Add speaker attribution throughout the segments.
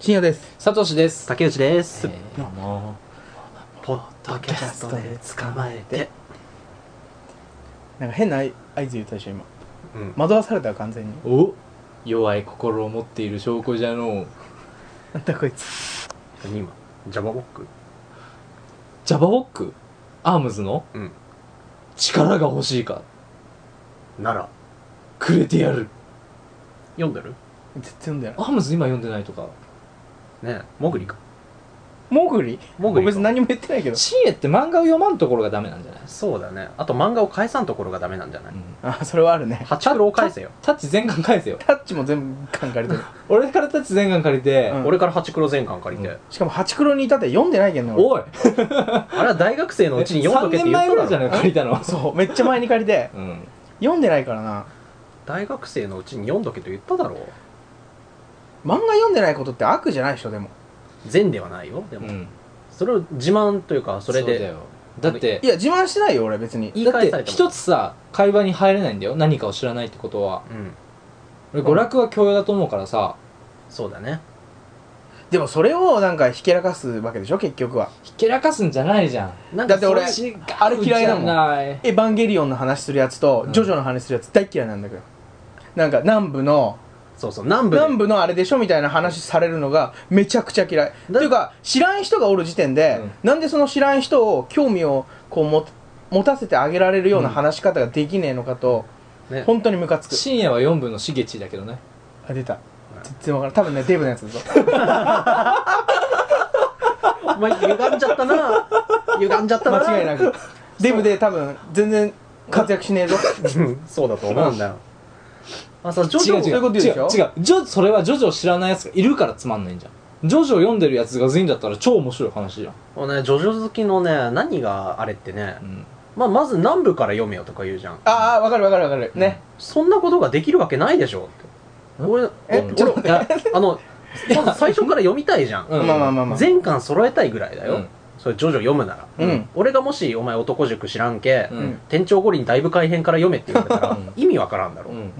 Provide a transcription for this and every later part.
Speaker 1: 深夜です。
Speaker 2: サトシです。
Speaker 3: 竹内です、
Speaker 2: も
Speaker 3: ポッドキャストで捕まえて
Speaker 1: なんか変な合図言ったでしょ、今。
Speaker 3: うん
Speaker 1: 惑わされたわ、完全に。
Speaker 2: うお弱い心を持っている証拠じゃのう。
Speaker 1: なんだこいつ。
Speaker 3: 何今ジャバボック
Speaker 2: ジャバホックアームズの
Speaker 3: うん
Speaker 2: 力が欲しいか
Speaker 3: なら
Speaker 2: くれてやる。
Speaker 3: 読んでる
Speaker 1: 全然読んだよ
Speaker 2: ア
Speaker 1: な。
Speaker 2: ームズ今読んでないとか。
Speaker 3: ねえモグリか
Speaker 1: モグリ
Speaker 3: モグリか
Speaker 1: 別に何も言ってないけど。
Speaker 2: シンエって漫画を読まんところがダメなんじゃない
Speaker 3: そうだねあと漫画を返さんところがダメなんじゃない
Speaker 1: あ、それはあるね。
Speaker 3: 八九郎返せよ
Speaker 2: タッチ全巻返せよ。
Speaker 1: タッチも全部考え れてる。
Speaker 2: 俺からタッチ全巻借りて、
Speaker 1: うん
Speaker 3: 俺から八九郎全巻借りて
Speaker 1: しかも、ハチクロにいたって読んでないけどね、俺
Speaker 2: おい
Speaker 3: あれは大学生のうちに読んどけって
Speaker 2: !3 年
Speaker 3: 言っ
Speaker 2: 前ぐら
Speaker 3: た
Speaker 2: いじゃ
Speaker 3: だ
Speaker 2: な
Speaker 3: ろ
Speaker 2: い借りたの。
Speaker 1: そう、めっちゃ前に借りて、
Speaker 2: うん。
Speaker 1: 読んでないからな。
Speaker 3: 大学生のうちに読んどけと言っただろ
Speaker 1: 漫画読んでないことって悪じゃないでしょ、でも。
Speaker 3: 善ではないよで
Speaker 2: う
Speaker 3: も、
Speaker 2: ん。
Speaker 3: それを自慢というかそれ
Speaker 2: うだ
Speaker 3: で
Speaker 2: よ。だって
Speaker 1: い、や、自慢してないよ、俺別に。
Speaker 3: 言い
Speaker 2: だっ
Speaker 3: 返され
Speaker 2: て
Speaker 3: たも
Speaker 2: 一
Speaker 3: ん
Speaker 2: つさ、会話に入れないんだよ。何かを知らないってことは。
Speaker 3: うん
Speaker 2: 俺娯楽は教養だと思うからさ、
Speaker 3: そうだね
Speaker 1: でも、それをなんか、ひけらかすわけでしょ、結局は。
Speaker 2: ひけらかすんじゃないじゃん。
Speaker 3: なん
Speaker 1: だ
Speaker 3: か
Speaker 1: って俺、あれ嫌いだもん
Speaker 2: じゃない
Speaker 1: エヴァンゲリオンの話するやつと、
Speaker 2: うん
Speaker 1: ジョジョの話するやつ大っ嫌いなんだけど。なんか、南部の、
Speaker 3: そうそう南部で
Speaker 1: 南部のあれでしょみたいな話されるのがめちゃくちゃ嫌い。と
Speaker 3: だ
Speaker 1: いうか、知らん人がおる時点で、なんでその知らん人を興味をこうも持たせてあげられるような話し方ができねえのかと、
Speaker 3: ね
Speaker 1: 本当にムカつく。
Speaker 2: 深夜は4分のしげちだけどね。
Speaker 1: あ、出た。全然わからん。多分ね、デブのやつだぞ。
Speaker 3: お前歪んじゃったな歪んじゃったな
Speaker 1: 間違いなく。デブで多分全然活躍しねえぞ。
Speaker 3: うん そうだと思うんだよ。あさ、ジョジ
Speaker 2: 違う
Speaker 3: ョ
Speaker 2: 違
Speaker 1: そういう
Speaker 2: う
Speaker 1: こと言う
Speaker 2: 違
Speaker 1: でし
Speaker 2: う
Speaker 1: ょ
Speaker 2: 違うジョそれはジョジョを知らないやつがいるからつまんないんじゃんジョジョを読んでるやつが全員だったら超面白い話じゃん、
Speaker 3: もうね、ジョジョ好きのね、何があれってね
Speaker 2: う、ん、
Speaker 3: まあ、まず南部から読めよとか言うじゃん。
Speaker 1: ああ、わかるわかるわかる。ね。
Speaker 3: そんなことができるわけないでしょって。
Speaker 2: ん
Speaker 3: 俺、
Speaker 1: え
Speaker 2: うん
Speaker 1: ちょっと
Speaker 2: 俺いや
Speaker 3: あの、まず最初から読みたいじゃん。
Speaker 2: うん
Speaker 1: まあまあまあまあ。
Speaker 3: 全巻揃えたいぐらいだよ。
Speaker 2: うん
Speaker 3: それ、ジョジョ読むなら。
Speaker 1: うん。
Speaker 3: 俺がもし、お前男塾知らんけ、
Speaker 1: う
Speaker 2: う
Speaker 1: んん。
Speaker 3: 店長五輪だいぶ改変から読めって言われた
Speaker 2: う
Speaker 3: ら
Speaker 2: ん、
Speaker 3: 意味わからんだろ
Speaker 2: う。ん
Speaker 1: うん。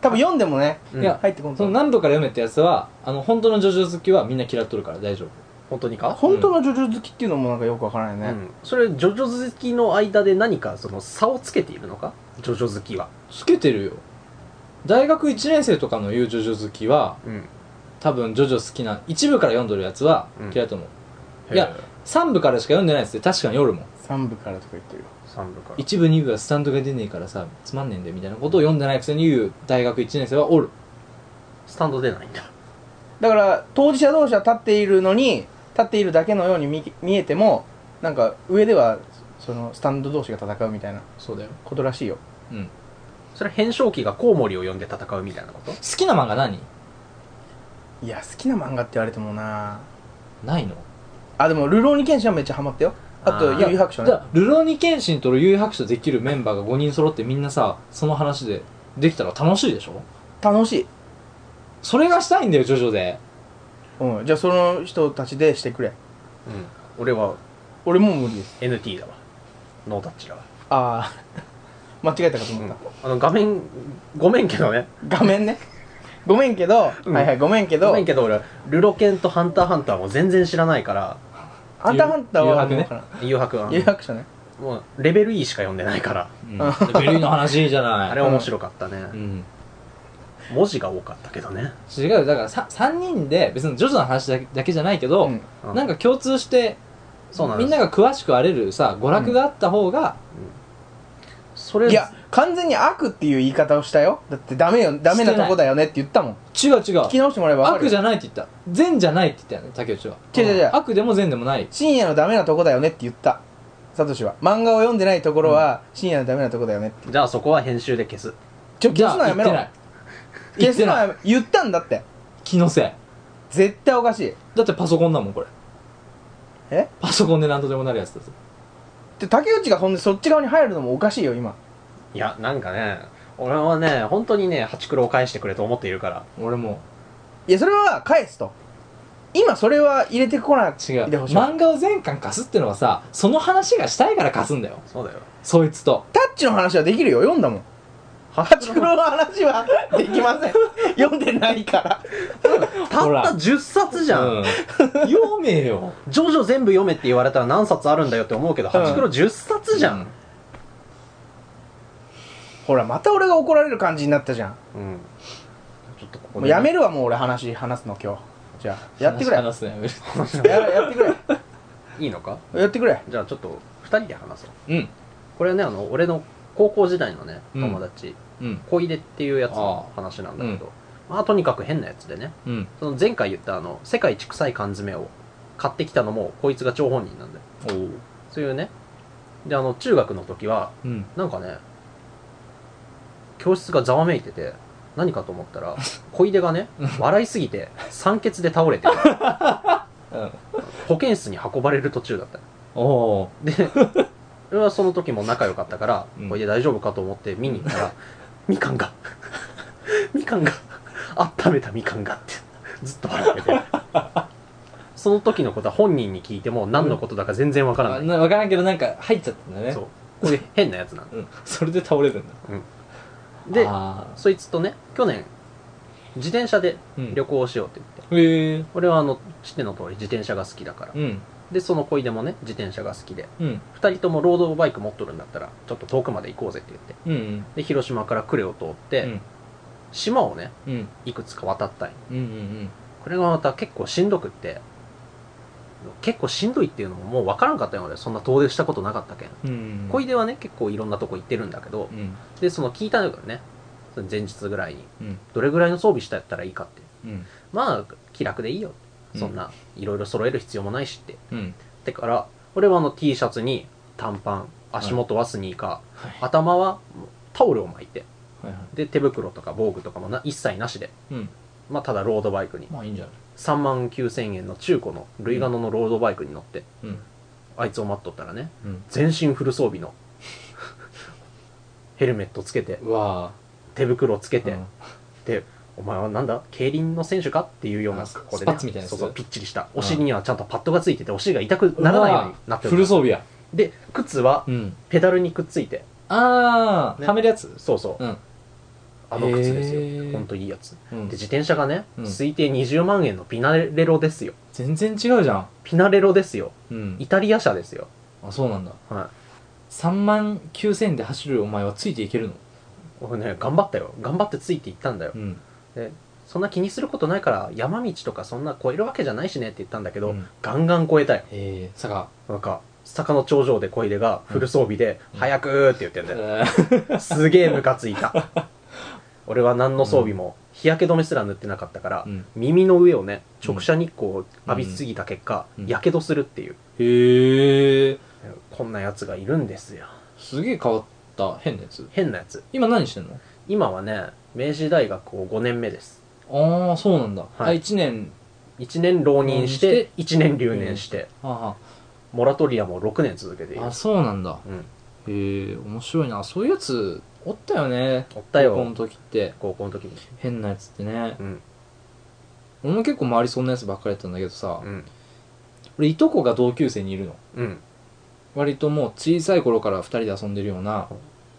Speaker 1: 多分読んでもね、
Speaker 3: うん
Speaker 2: いや
Speaker 1: 入ってこん
Speaker 2: そ
Speaker 1: と
Speaker 2: の。南部から読めってやつはあの本当のジョジョ好きはみんな嫌っとるから大丈
Speaker 3: 本当にか
Speaker 1: 本当のジョジョ好きっていうのもなんかよくわからないうね。
Speaker 3: ん。それ、ジョジョ好きの間で何か、その、差をつけているのかジョジョ好きは。
Speaker 2: 夫つけてるよ大学1年生とかの言うジョジョ好きは
Speaker 3: うん。
Speaker 2: 多分ジョジョ好きな一部から読んどるやつは
Speaker 3: うん
Speaker 2: 嫌いだと思う、いや、3部からしか読んでないやつって確かに夜もん
Speaker 1: 三部からとか言ってるよ。
Speaker 3: 三部から。
Speaker 2: 一部二部はスタンドが出ねえからさつまんねえんだよみたいなことを読んでないくせに言う大学1年生はおる
Speaker 3: スタンド出ないんだ。
Speaker 1: だから当事者同士は立っているのに立っているだけのように見見えてもなんか上ではそのスタンド同士が戦うみたいな
Speaker 2: そうだよ
Speaker 1: ことらしいよ
Speaker 2: うん
Speaker 3: それは変色期がコウモリを呼んで戦うみたいなこと
Speaker 2: 好きな漫画何
Speaker 1: いや好きな漫画って言われてもな
Speaker 2: ないの
Speaker 1: あでも「流浪に剣士」はめっちゃハマったよあと
Speaker 3: あ
Speaker 1: 「
Speaker 3: ー
Speaker 1: 幽遊白書
Speaker 2: じ
Speaker 1: ね
Speaker 2: ゃあ「ルロニケンシン」と「悠白書」できるメンバーが5人揃ってみんなさその話でできたら楽しいでしょ
Speaker 1: 楽しい、
Speaker 2: それがしたいんだよジョジョで
Speaker 1: うん、じゃあその人たちでしてくれ
Speaker 3: うん。俺は
Speaker 1: 俺もう無理です
Speaker 3: NT だわ。ノータッチだわ。
Speaker 1: ああ 間違えたかと
Speaker 3: う
Speaker 1: 思っ
Speaker 3: ん
Speaker 1: た、
Speaker 3: あの、画面、ごめんけどね。
Speaker 1: 画面ねごめんけど、
Speaker 3: うん
Speaker 1: はいはいごめんけど
Speaker 3: ごめんけど俺、ルロケンとハンターハンターも全然知らないから、
Speaker 1: ハンターハンターは
Speaker 2: 幽遊白ね
Speaker 1: わからん
Speaker 3: 誘白は
Speaker 1: 幽遊白書ね
Speaker 3: もう、レベル E しか読んでないから、
Speaker 2: うんベリーの話いいじゃない
Speaker 3: あれ面白かった
Speaker 2: う
Speaker 3: ね。
Speaker 2: ん
Speaker 3: 文字が多かったけどね。
Speaker 2: 違うよだからさ3人で別にジョジョの話だけだけじゃないけど、
Speaker 1: うん
Speaker 3: うん
Speaker 2: なんか共通して
Speaker 3: そうなんで
Speaker 2: み
Speaker 3: す
Speaker 2: んなが詳しくあれるさ娯楽があった方が、
Speaker 3: それ、
Speaker 1: いや、完全に悪っていう言い方をしたよ。だってダメよ、ダメなとこだよねって言ったもん。
Speaker 2: 違う違
Speaker 1: 聞き
Speaker 2: う
Speaker 1: 直してもらえばわかる
Speaker 2: 悪
Speaker 1: よ。
Speaker 2: じゃないって言った善じゃないって言ったよね竹内は
Speaker 1: 違う違う違う
Speaker 2: 悪でも善でもない
Speaker 1: 深夜のダメなとこだよねって言った。サトシは。漫画を読んでないところは、深夜のダメなとこだよねって。
Speaker 3: じゃあそこは編集で消す。
Speaker 1: ちょ、
Speaker 2: じ
Speaker 1: 消
Speaker 2: ゃ
Speaker 1: す
Speaker 2: あ
Speaker 1: のやめろ。
Speaker 2: 言ってない言
Speaker 1: 消
Speaker 2: っ
Speaker 1: す
Speaker 2: て
Speaker 1: の
Speaker 2: ない
Speaker 1: やめ言ったんだって。
Speaker 2: 気のせい
Speaker 1: 絶対おかしい。
Speaker 2: だってパソコンだもんこれ
Speaker 1: え
Speaker 2: パソコンで何とでもなるやつだぞ
Speaker 1: で、竹内がほんでそっち側に入るのもおかしいよ、今。
Speaker 3: いや、なんかね、俺はね、本当にね、ハチクロを返してくれと思っているから。
Speaker 2: 俺も
Speaker 1: いや、それは返すと。今それは入れてこなく
Speaker 2: 違う
Speaker 1: てほしい。タッ
Speaker 2: 漫画を全巻貸すってのはさその話がしたいから貸すんだよ
Speaker 3: そうだよ。
Speaker 2: そいつと
Speaker 1: チの話はできるよ、読んだもん。ハチクロの話はできません読んでないから
Speaker 3: たった
Speaker 2: ほら
Speaker 3: 10冊じゃん、
Speaker 2: うん、読めよ
Speaker 3: ジョジョ全部読めって言われたら何冊あるんだよって思うけど、
Speaker 1: うん
Speaker 3: ハチクロ10冊じゃん、
Speaker 1: ほらまた俺が怒られる感じになったじゃん
Speaker 3: うんちょっとここ
Speaker 1: も
Speaker 3: で
Speaker 1: うやめるわもう俺話話すの今日じゃあやってくれや
Speaker 2: 話すのやめる
Speaker 1: やってく れ
Speaker 3: いいのか
Speaker 1: やってくれ
Speaker 3: じゃあちょっと2人で話そう
Speaker 2: うん
Speaker 3: これねあの俺の高校時代のね
Speaker 2: うん
Speaker 3: 友達、
Speaker 2: うん
Speaker 3: 小出っていうやつの話なんだけどまあとにかく変なやつでね
Speaker 2: うん
Speaker 3: その前回言ったあの世界一臭い缶詰を買ってきたのもこいつが張本人なんだよ
Speaker 2: おう
Speaker 3: そういうねであの中学の時は
Speaker 2: うん
Speaker 3: なんかね教室がざわめいてて何かと思った ら小出がね笑いすぎて酸欠で倒れて
Speaker 2: うん
Speaker 3: 保健室に運ばれる途中だった
Speaker 2: おう
Speaker 3: で 俺はその時も仲良かったから
Speaker 2: うん
Speaker 3: これで大丈夫かと思って見に行ったら、みかんがみかんが温めたみかんがってずっと笑っててその時のことは本人に聞いても何のことだか全然わからな
Speaker 2: あ
Speaker 3: い、
Speaker 2: なわからんけどなんか入っちゃったんだね
Speaker 3: そうこれ変なやつなん
Speaker 2: うん、それで倒れるんだ
Speaker 3: だで
Speaker 2: あ
Speaker 3: そいつとね去年自転車で
Speaker 2: ーうん
Speaker 3: 旅行をしようって言って、
Speaker 2: へえ
Speaker 3: 俺はあの知っての通り自転車が好きだから、
Speaker 2: うん
Speaker 3: でその小出もね自転車が好きで
Speaker 2: うん
Speaker 3: 2人ともロードバイク持っとるんだったらちょっと遠くまで行こうぜって言って
Speaker 2: うん
Speaker 3: で広島から呉を通って、
Speaker 2: うん
Speaker 3: 島をね
Speaker 2: うんうん
Speaker 3: いくつか渡ったんよ
Speaker 2: うんうん
Speaker 3: これがまた結構しんどくって結構しんどいっていうのももう分からんかったよ俺そんな遠出したことなかったけん
Speaker 2: うんうん
Speaker 3: 小出はね結構いろんなとこ行ってるんだけど
Speaker 2: うん
Speaker 3: でその聞いたのがねその前日ぐらいに
Speaker 2: うん
Speaker 3: どれぐらいの装備したったらいいかって
Speaker 2: うん
Speaker 3: まあ気楽でいいよそんないろいろ揃える必要もないしって
Speaker 2: うん
Speaker 3: だから俺はあの T シャツに短パン足元はスニーカ
Speaker 2: は
Speaker 3: ー、頭はタオルを巻いて
Speaker 2: いはいは
Speaker 3: で手袋とか防具とかもな一切なしで、
Speaker 2: いうん
Speaker 3: まあ、ただロードバイクに
Speaker 2: まあいいんじゃない
Speaker 3: 3万9000円の中古のルイガノのロードバイクに乗って、
Speaker 2: うん
Speaker 3: あいつを待っとったらね
Speaker 2: うん
Speaker 3: 全身フル装備の ヘルメットつけて
Speaker 2: うわ
Speaker 3: 手袋つけ
Speaker 2: ー
Speaker 3: て、でお前はなんだ競輪の選手かっていうような
Speaker 2: あ
Speaker 3: こ
Speaker 2: スパッツみたいなやつ
Speaker 3: そうそうピッチリした
Speaker 2: ん
Speaker 3: お尻にはちゃんとパッドがついててお尻が痛くならないようになって
Speaker 2: うわー
Speaker 3: る
Speaker 2: フル装備や
Speaker 3: で靴は
Speaker 2: うん
Speaker 3: ペダルにくっついて
Speaker 2: ああ、
Speaker 3: ね
Speaker 2: はめるやつ
Speaker 3: そうそう、
Speaker 2: うん
Speaker 3: あの靴です
Speaker 2: へ
Speaker 3: よ
Speaker 2: ー
Speaker 3: ほんといいやつで
Speaker 2: うん
Speaker 3: 自転車がね、
Speaker 2: うん
Speaker 3: 推定20万円のピナレロですよ
Speaker 2: 全然違うじゃん
Speaker 3: ピナレロですよ
Speaker 2: うん
Speaker 3: イタリア車ですよ
Speaker 2: あそうなんだ
Speaker 3: はい
Speaker 2: 3万9000円で走るお前はついていけるの
Speaker 3: 俺ね頑張ったよ頑張ってついていったんだよ、
Speaker 2: うん
Speaker 3: でそんな気にすることないから山道とかそんな越えるわけじゃないしねって言ったんだけど、
Speaker 2: うん
Speaker 3: ガンガン越えたよ
Speaker 2: ええ坂
Speaker 3: なんか坂の頂上で小出がフル装備で「
Speaker 2: うん
Speaker 3: 早く!」って言ってんだよ、
Speaker 2: えー
Speaker 3: すげえムカついた 俺は何の装備も日焼け止めすら塗ってなかったから、
Speaker 2: うん
Speaker 3: 耳の上をね直射日光を浴びすぎた結果
Speaker 2: うん
Speaker 3: やけどするっていう、
Speaker 2: へえ
Speaker 3: こんなやつがいるんですよ
Speaker 2: すげえ変わった変なやつ
Speaker 3: 変なやつ
Speaker 2: 今何してんの
Speaker 3: 今はね明治大学を5年目です
Speaker 2: ああそうなんだ、
Speaker 3: はい
Speaker 2: あ1年
Speaker 3: 1年浪
Speaker 2: 浪
Speaker 3: 人し
Speaker 2: 人して
Speaker 3: て1年留年して、
Speaker 2: あ
Speaker 3: モラトリアも6年続けてい
Speaker 2: ー
Speaker 3: る
Speaker 2: あそうなんだ
Speaker 3: うん
Speaker 2: へえ面白いなそういうやつおったよね
Speaker 3: おった
Speaker 2: 高校の
Speaker 3: よ
Speaker 2: 時って
Speaker 3: 高校の時に
Speaker 2: 変なやつってね
Speaker 3: うん
Speaker 2: 俺も結構周りそんなやつばっかりやったんだけどさ、
Speaker 3: うん
Speaker 2: 俺いとこが同級生にいるの
Speaker 3: うん
Speaker 2: 割ともう小さい頃から2人で遊んでるような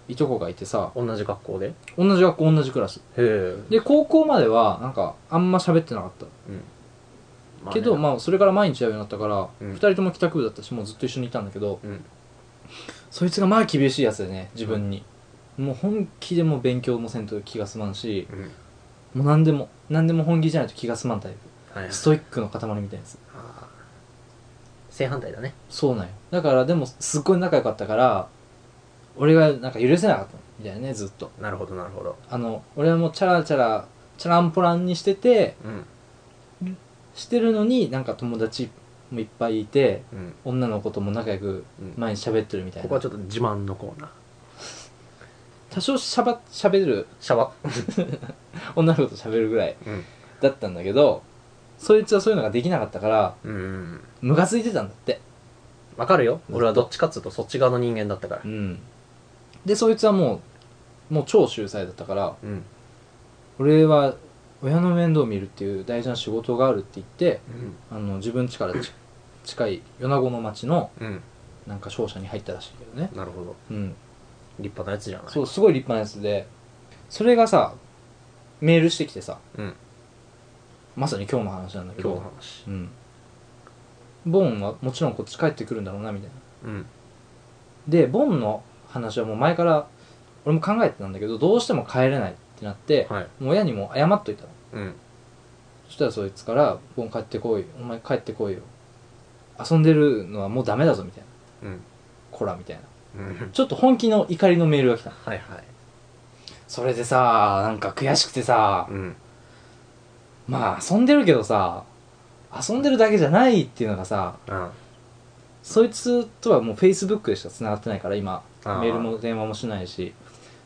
Speaker 2: いとこがいてさ
Speaker 3: 同じ学校でへ
Speaker 2: 同じ学校同じクラス
Speaker 3: え、
Speaker 2: で高校まではなんかあんま喋ってなかった
Speaker 3: まあね
Speaker 2: けどまあそれから毎日会うようになったから、
Speaker 3: うん
Speaker 2: 2人とも帰宅部だったしもうずっと一緒にいたんだけど
Speaker 3: うん
Speaker 2: そいつがまあ厳しいやつでね自分に、もう本気でもう勉強もせんと気が済まんし
Speaker 3: うん
Speaker 2: もう何でも何でも本気じゃないと気が済まんタイ
Speaker 3: はいはい
Speaker 2: プストイックの塊みたいなやつ
Speaker 3: あー正反対だね
Speaker 2: そうなんよだからでもすっごい仲良かったから俺がなんか許せなかったみたいなねずっと
Speaker 3: なるほどなるほど
Speaker 2: あの俺はもうチャラチャラチャランポランにしてて
Speaker 3: うん
Speaker 2: してるのになんか友達もいっぱいいて
Speaker 3: うん
Speaker 2: 女の子とも仲良く
Speaker 3: うん
Speaker 2: 前に喋ってるみたい
Speaker 3: こ
Speaker 2: な、
Speaker 3: こはちょっと自慢のコーナー
Speaker 2: 多少しゃば喋る
Speaker 3: シャワ
Speaker 2: 女の子と喋るぐらい
Speaker 3: うん
Speaker 2: だったんだけど、そいつはそういうのができなかったから
Speaker 3: うんうん
Speaker 2: ムカついてたんだって
Speaker 3: わかるよ俺はどっちかっつうとそっち側の人間だったから
Speaker 2: うんでそいつはもうもう超秀才だったから
Speaker 3: うん
Speaker 2: 俺は親の面倒を見るっていう大事な仕事があるって言って
Speaker 3: うん
Speaker 2: あの自分家からち近い米子の町の
Speaker 3: うん
Speaker 2: なんか商社に入ったらしいけどね
Speaker 3: なるほど
Speaker 2: うん
Speaker 3: 立派なやつじゃない
Speaker 2: そうすごい立派なやつでそれがさメールしてきてさ、
Speaker 3: うん
Speaker 2: まさに今日の話なんだけ
Speaker 3: 今日の
Speaker 2: ど
Speaker 3: 話
Speaker 2: うん、ボンはもちろんこっち帰ってくるんだろうなみたいな
Speaker 3: うん
Speaker 2: でボンの話はもう前から俺も考えてたんだけどどうしても帰れないってなって、
Speaker 3: はい
Speaker 2: もう親にも謝っといたの
Speaker 3: うん
Speaker 2: そしたらそいつから「ボン帰ってこいお前帰ってこいよ遊んでるのはもうダメだぞ」みたいな
Speaker 3: うん
Speaker 2: 「こら」みたいな
Speaker 3: うん
Speaker 2: ちょっと本気の怒りのメールが来たの
Speaker 3: はいはい
Speaker 2: それでさなんか悔しくてさ
Speaker 3: うん
Speaker 2: まあ遊んでるけどさ遊んでるだけじゃないっていうのがさ
Speaker 3: あ
Speaker 2: そいつとはもう Facebook でしか繋がってないから今メ
Speaker 3: あ
Speaker 2: ールも電話もしないし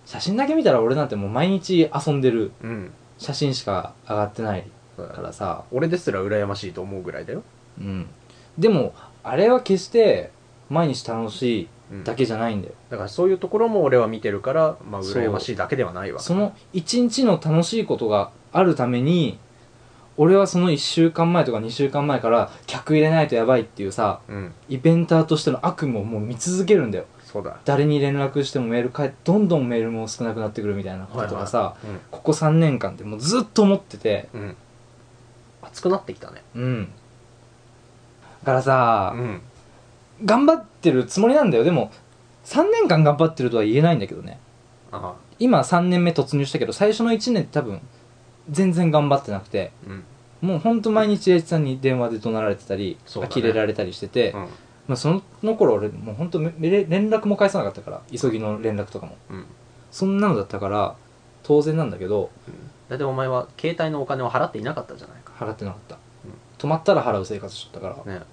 Speaker 2: 写真だけ見たら俺なんてもう毎日遊んでる
Speaker 3: うん
Speaker 2: 写真しか上がってない
Speaker 3: そうだ
Speaker 2: か
Speaker 3: から
Speaker 2: らさ
Speaker 3: 俺ですら羨ましいと思うぐらいだよ
Speaker 2: うんでもあれは決して毎日楽しい
Speaker 3: うん
Speaker 2: だけじゃないんだよ
Speaker 3: だからそういうところも俺は見てるからまあ
Speaker 2: そう
Speaker 3: 羨ましいだけではないわ
Speaker 2: その一日の楽しいことがあるために俺はその1週間前とか2週間前から客入れないとやばいっていうさ
Speaker 3: うん
Speaker 2: イベンターとしての悪夢をもう見続けるんだよ
Speaker 3: そうだ
Speaker 2: 誰に連絡してもメール返どんどんメールも少なくなってくるみたいなこととかさ、
Speaker 3: うん
Speaker 2: ここ3年間ってもうずっと思ってて
Speaker 3: うん熱くなってきたね
Speaker 2: うんだからさ、
Speaker 3: うん
Speaker 2: 頑張ってるつもりなんだよでも3年間頑張ってるとは言えないんだけどね
Speaker 3: ああ
Speaker 2: 今3年目突入したけど最初の1年って多分全然頑張ってなくて
Speaker 3: うん
Speaker 2: もうほんと毎日エイチさんに電話で怒鳴られてたり、
Speaker 3: そうだね
Speaker 2: 呆れられたりしてて、
Speaker 3: うん
Speaker 2: まあ、その頃俺もうほんとめれ連絡も返さなかったから急ぎの連絡とかも
Speaker 3: うん
Speaker 2: そんなのだったから当然なんだけど
Speaker 3: だってお前は携帯のお金を払っていなかったじゃないか
Speaker 2: 払ってなかった、
Speaker 3: うん
Speaker 2: 止まったら払う生活しとったから、
Speaker 3: ね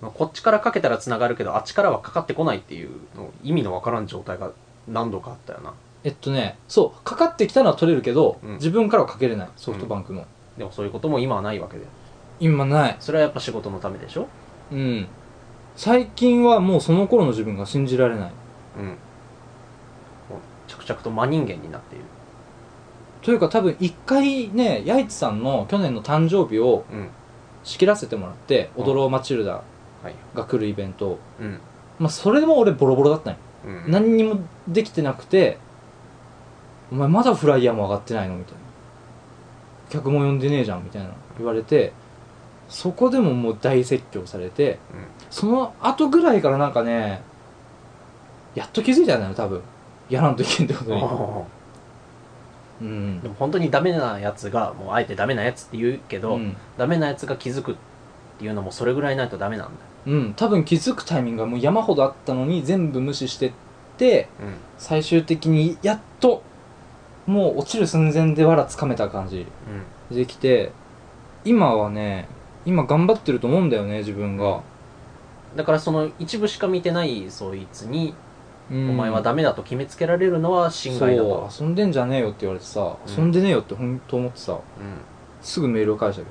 Speaker 3: まあ、こっちからかけたらつながるけどあっちからはかかってこないっていうの意味のわからん状態が何度かあったよな
Speaker 2: えっとねそうかかってきたのは取れるけど、
Speaker 3: うん
Speaker 2: 自分からはかけれないソフトバンクの、
Speaker 3: でもそういうことも今はないわけで
Speaker 2: 今ない
Speaker 3: それはやっぱ仕事のためでしょ
Speaker 2: うん最近はもうその頃の自分が信じられない
Speaker 3: うんもう着々と真人間になっている
Speaker 2: というか多分一回ねヤイツさんの去年の誕生日を
Speaker 3: うん
Speaker 2: 仕切らせてもらって「
Speaker 3: うん
Speaker 2: 踊ろうマチルダ
Speaker 3: はい」
Speaker 2: が来るイベント、
Speaker 3: うん
Speaker 2: まあ、それでも俺ボロボロだったんよ、
Speaker 3: うん
Speaker 2: 何にもできてなくて「お前まだフライヤーも上がってないの?」みたいな「客も呼んでねえじゃん」みたいな言われてそこでももう大説教されてその後ぐらいからなんかねやっと気づいたんだよね多分やらんといけんってこ
Speaker 3: う
Speaker 2: と
Speaker 3: ん
Speaker 2: に
Speaker 3: お
Speaker 2: うん
Speaker 3: ーでも本当にダメなやつがもうあえてダメなやつって言うけど、
Speaker 2: うん
Speaker 3: ダメなやつが気づくっていうのもそれぐらいないとダメなんだよ
Speaker 2: うん、多分気づくタイミングがもう山ほどあったのに全部無視してって最終的にやっともう落ちる寸前でわらつかめた感じ
Speaker 3: うんうん
Speaker 2: できて今はね今頑張ってると思うんだよね自分が、
Speaker 3: だからその一部しか見てないそいつに、
Speaker 2: うん
Speaker 3: お前はダメだと決めつけられるのは心外だと
Speaker 2: そう遊んでんじゃねえよって言われてさ、
Speaker 3: うん
Speaker 2: 遊んでねえよって本当思ってさ
Speaker 3: う
Speaker 2: すぐメールを返したけ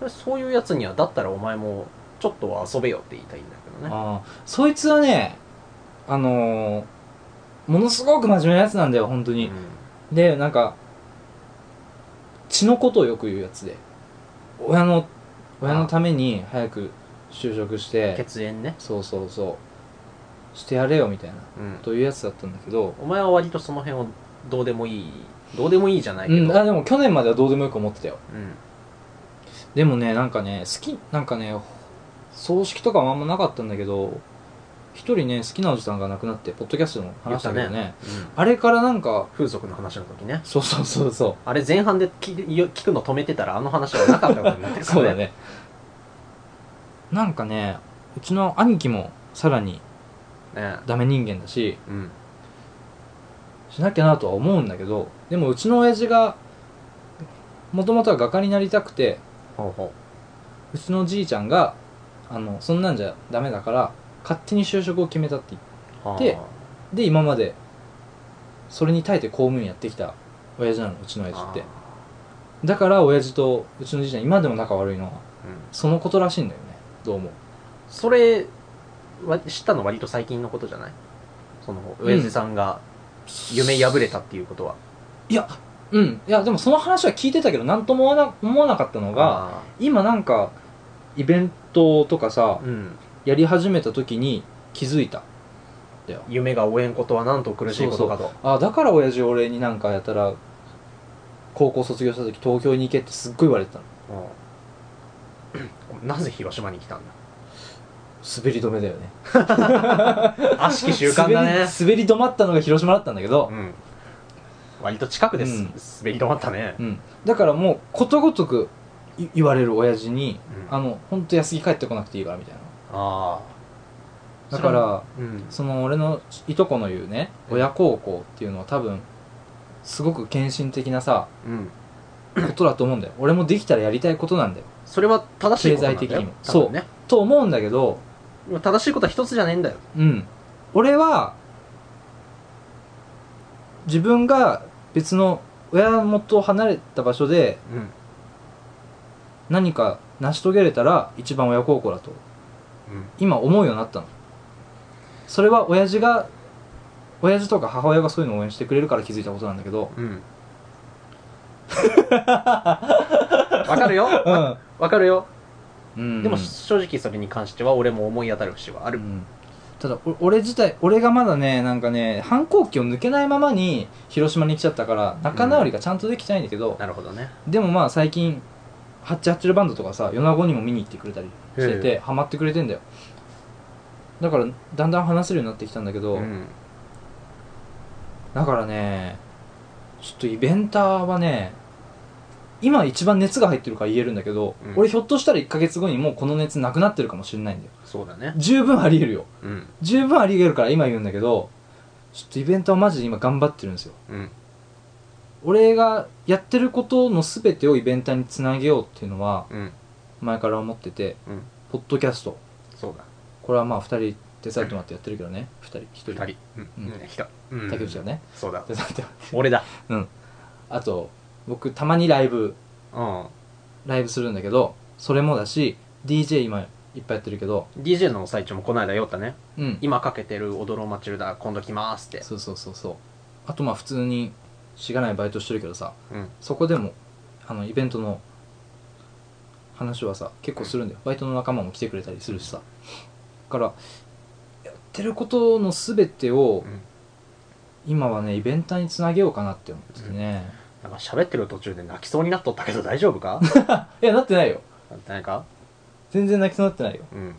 Speaker 2: ど
Speaker 3: んうん、そういうやつにはだったらお前もちょっとは遊べよって言いたいんだけどね
Speaker 2: ああそいつはねあのーものすごく真面目なやつなんだよ本当に、でなんか血のことをよく言うやつで親の親のために早く就職し
Speaker 3: うん、
Speaker 2: て
Speaker 3: 血縁ね、
Speaker 2: そうそうそうしてやれよみたいな
Speaker 3: うん
Speaker 2: というやつだったんだけど、
Speaker 3: お前は割とその辺をどうでもいいどうでもいいじゃないけ
Speaker 2: う
Speaker 3: ど、うん
Speaker 2: ん、あでも去年まではどうでもよく思ってたよでもねなんかね好きなんかね葬式とかはあんまなかったんだけど一人ね好きなおじさんが亡くなってポッドキャストの話したけど
Speaker 3: 言った
Speaker 2: ね
Speaker 3: うん
Speaker 2: あれからなんか
Speaker 3: 風俗の話の時ね
Speaker 2: そうそうそうそ
Speaker 3: あれ前半で聞いよ聞くの止めてたらあの話はなかったことになって
Speaker 2: う
Speaker 3: るからね
Speaker 2: そうだねなんかねうちの兄貴もさらに
Speaker 3: ね
Speaker 2: ダメ人間だし
Speaker 3: うん
Speaker 2: しなきゃなとは思うんだけどでもうちの親父がもともとは画家になりたくて
Speaker 3: ほうほ
Speaker 2: うちのじいちゃんがあのそんなんじゃダメだから勝手に就職を決めたって言って
Speaker 3: うはあ
Speaker 2: でで今までそれに耐えて公務員やってきた親父なのうちの親父ってだから親父とうちのじいちゃん今でも仲悪いのは
Speaker 3: うん
Speaker 2: そのことらしいんだよねどうも
Speaker 3: それは知ったの割と最近のことじゃないその
Speaker 2: ん
Speaker 3: 親父さんが夢破れたっていうことは、
Speaker 2: いやうんいやでもその話は聞いてたけど何とも思わな思わなかったのが
Speaker 3: あ
Speaker 2: 今なんかイベントとかさ
Speaker 3: ーうん
Speaker 2: やり始めた時に気づいたったよ
Speaker 3: 夢が追えんことはなんと苦しいことかと
Speaker 2: あだから親父俺になんかやたら高校卒業した時東京に行けってすっごい言われてたの
Speaker 3: うんなぜ広島に来たんだ
Speaker 2: 滑り止めだよね
Speaker 3: 悪しき習慣だね
Speaker 2: 滑り、滑り止まったのが広島だったんだけど
Speaker 3: う、ん、割と近くです、
Speaker 2: うん
Speaker 3: 滑り止まったね
Speaker 2: う、んだからもうことごとくい言われる親父に、
Speaker 3: うん
Speaker 2: あの本当安木帰ってこなくていいからみたいな
Speaker 3: ああ
Speaker 2: だから
Speaker 3: うん
Speaker 2: その俺のいとこの言うね
Speaker 3: うん
Speaker 2: 親孝行っていうのは多分すごく献身的な さ
Speaker 3: うん
Speaker 2: ことだと思うんだよ俺もできたらやりたいことなんだよ
Speaker 3: それは正しいことなんだよ
Speaker 2: 経済的にも
Speaker 3: 多分ね
Speaker 2: と思うんだけど
Speaker 3: でも正しいことは一つじゃねえんだよ
Speaker 2: うん俺は自分が別の親元を離れた場所で
Speaker 3: うん
Speaker 2: 何か成し遂げれたら一番親孝行だと今思うようになったのそれは親父が親父とか母親がそういうのを応援してくれるから気づいたことなんだけど
Speaker 3: うんうんわかるよ
Speaker 2: うん、
Speaker 3: わかるよ
Speaker 2: うん、
Speaker 3: でも正直それに関しては俺も思い当たる節はあ
Speaker 2: う
Speaker 3: る
Speaker 2: んただお俺自体俺がまだねなんかね反抗期を抜けないままに広島に来ちゃったから仲直りがちゃんとできてないんだけど、
Speaker 3: なるほどね
Speaker 2: でもまあ最近ハッチハッチルバンドとかさ米子にも見に行ってくれたりして
Speaker 3: へ
Speaker 2: てハマってくれてんだよだからだんだん話せるようになってきたんだけど、
Speaker 3: うん
Speaker 2: だからねちょっとイベンターはね今一番熱が入ってるから言えるんだけど、
Speaker 3: うん
Speaker 2: 俺ひょっとしたら1ヶ月後にもうこの熱なくなってるかもしれないんだよ
Speaker 3: そうだね
Speaker 2: 十分ありえるよ
Speaker 3: うん
Speaker 2: 十分あり得るから今言うんだけどちょっとイベントはマジで今頑張ってるんですよ
Speaker 3: うん
Speaker 2: 俺がやってることの全てをイベントにつなげようっていうのは
Speaker 3: うん
Speaker 2: 前から思ってて
Speaker 3: うん
Speaker 2: ポッドキャスト
Speaker 3: そうだ
Speaker 2: これはまあ2人手伝ってもらってやってるけどね2人1人
Speaker 3: 二人うん
Speaker 2: うん
Speaker 3: ね来たうん
Speaker 2: 竹内だね
Speaker 3: そうだ
Speaker 2: 手伝ってもらって
Speaker 3: 俺だ
Speaker 2: あと僕たまにライブ
Speaker 3: うん
Speaker 2: ライブするんだけどそれもだし DJ 今いっぱいやってるけど
Speaker 3: DJ の最長もこの間酔ったね
Speaker 2: うん
Speaker 3: 今かけてる「踊ろうマチルダ」今度来ますって
Speaker 2: そうそうそうそうあとまあ普通にしがないバイトしてるけどさ
Speaker 3: うん
Speaker 2: そこでもあのイベントの話はさ結構するんだよバイトの仲間も来てくれたりするしさだからやってることの全てを
Speaker 3: うん
Speaker 2: 今はねイベントにつなげようかなって思っててね、
Speaker 3: なんか喋ってる途中で泣きそうになっとったけど大丈 夫か
Speaker 2: いやなってないよ
Speaker 3: なんてないか
Speaker 2: 全然泣きそうになってないよ
Speaker 3: うん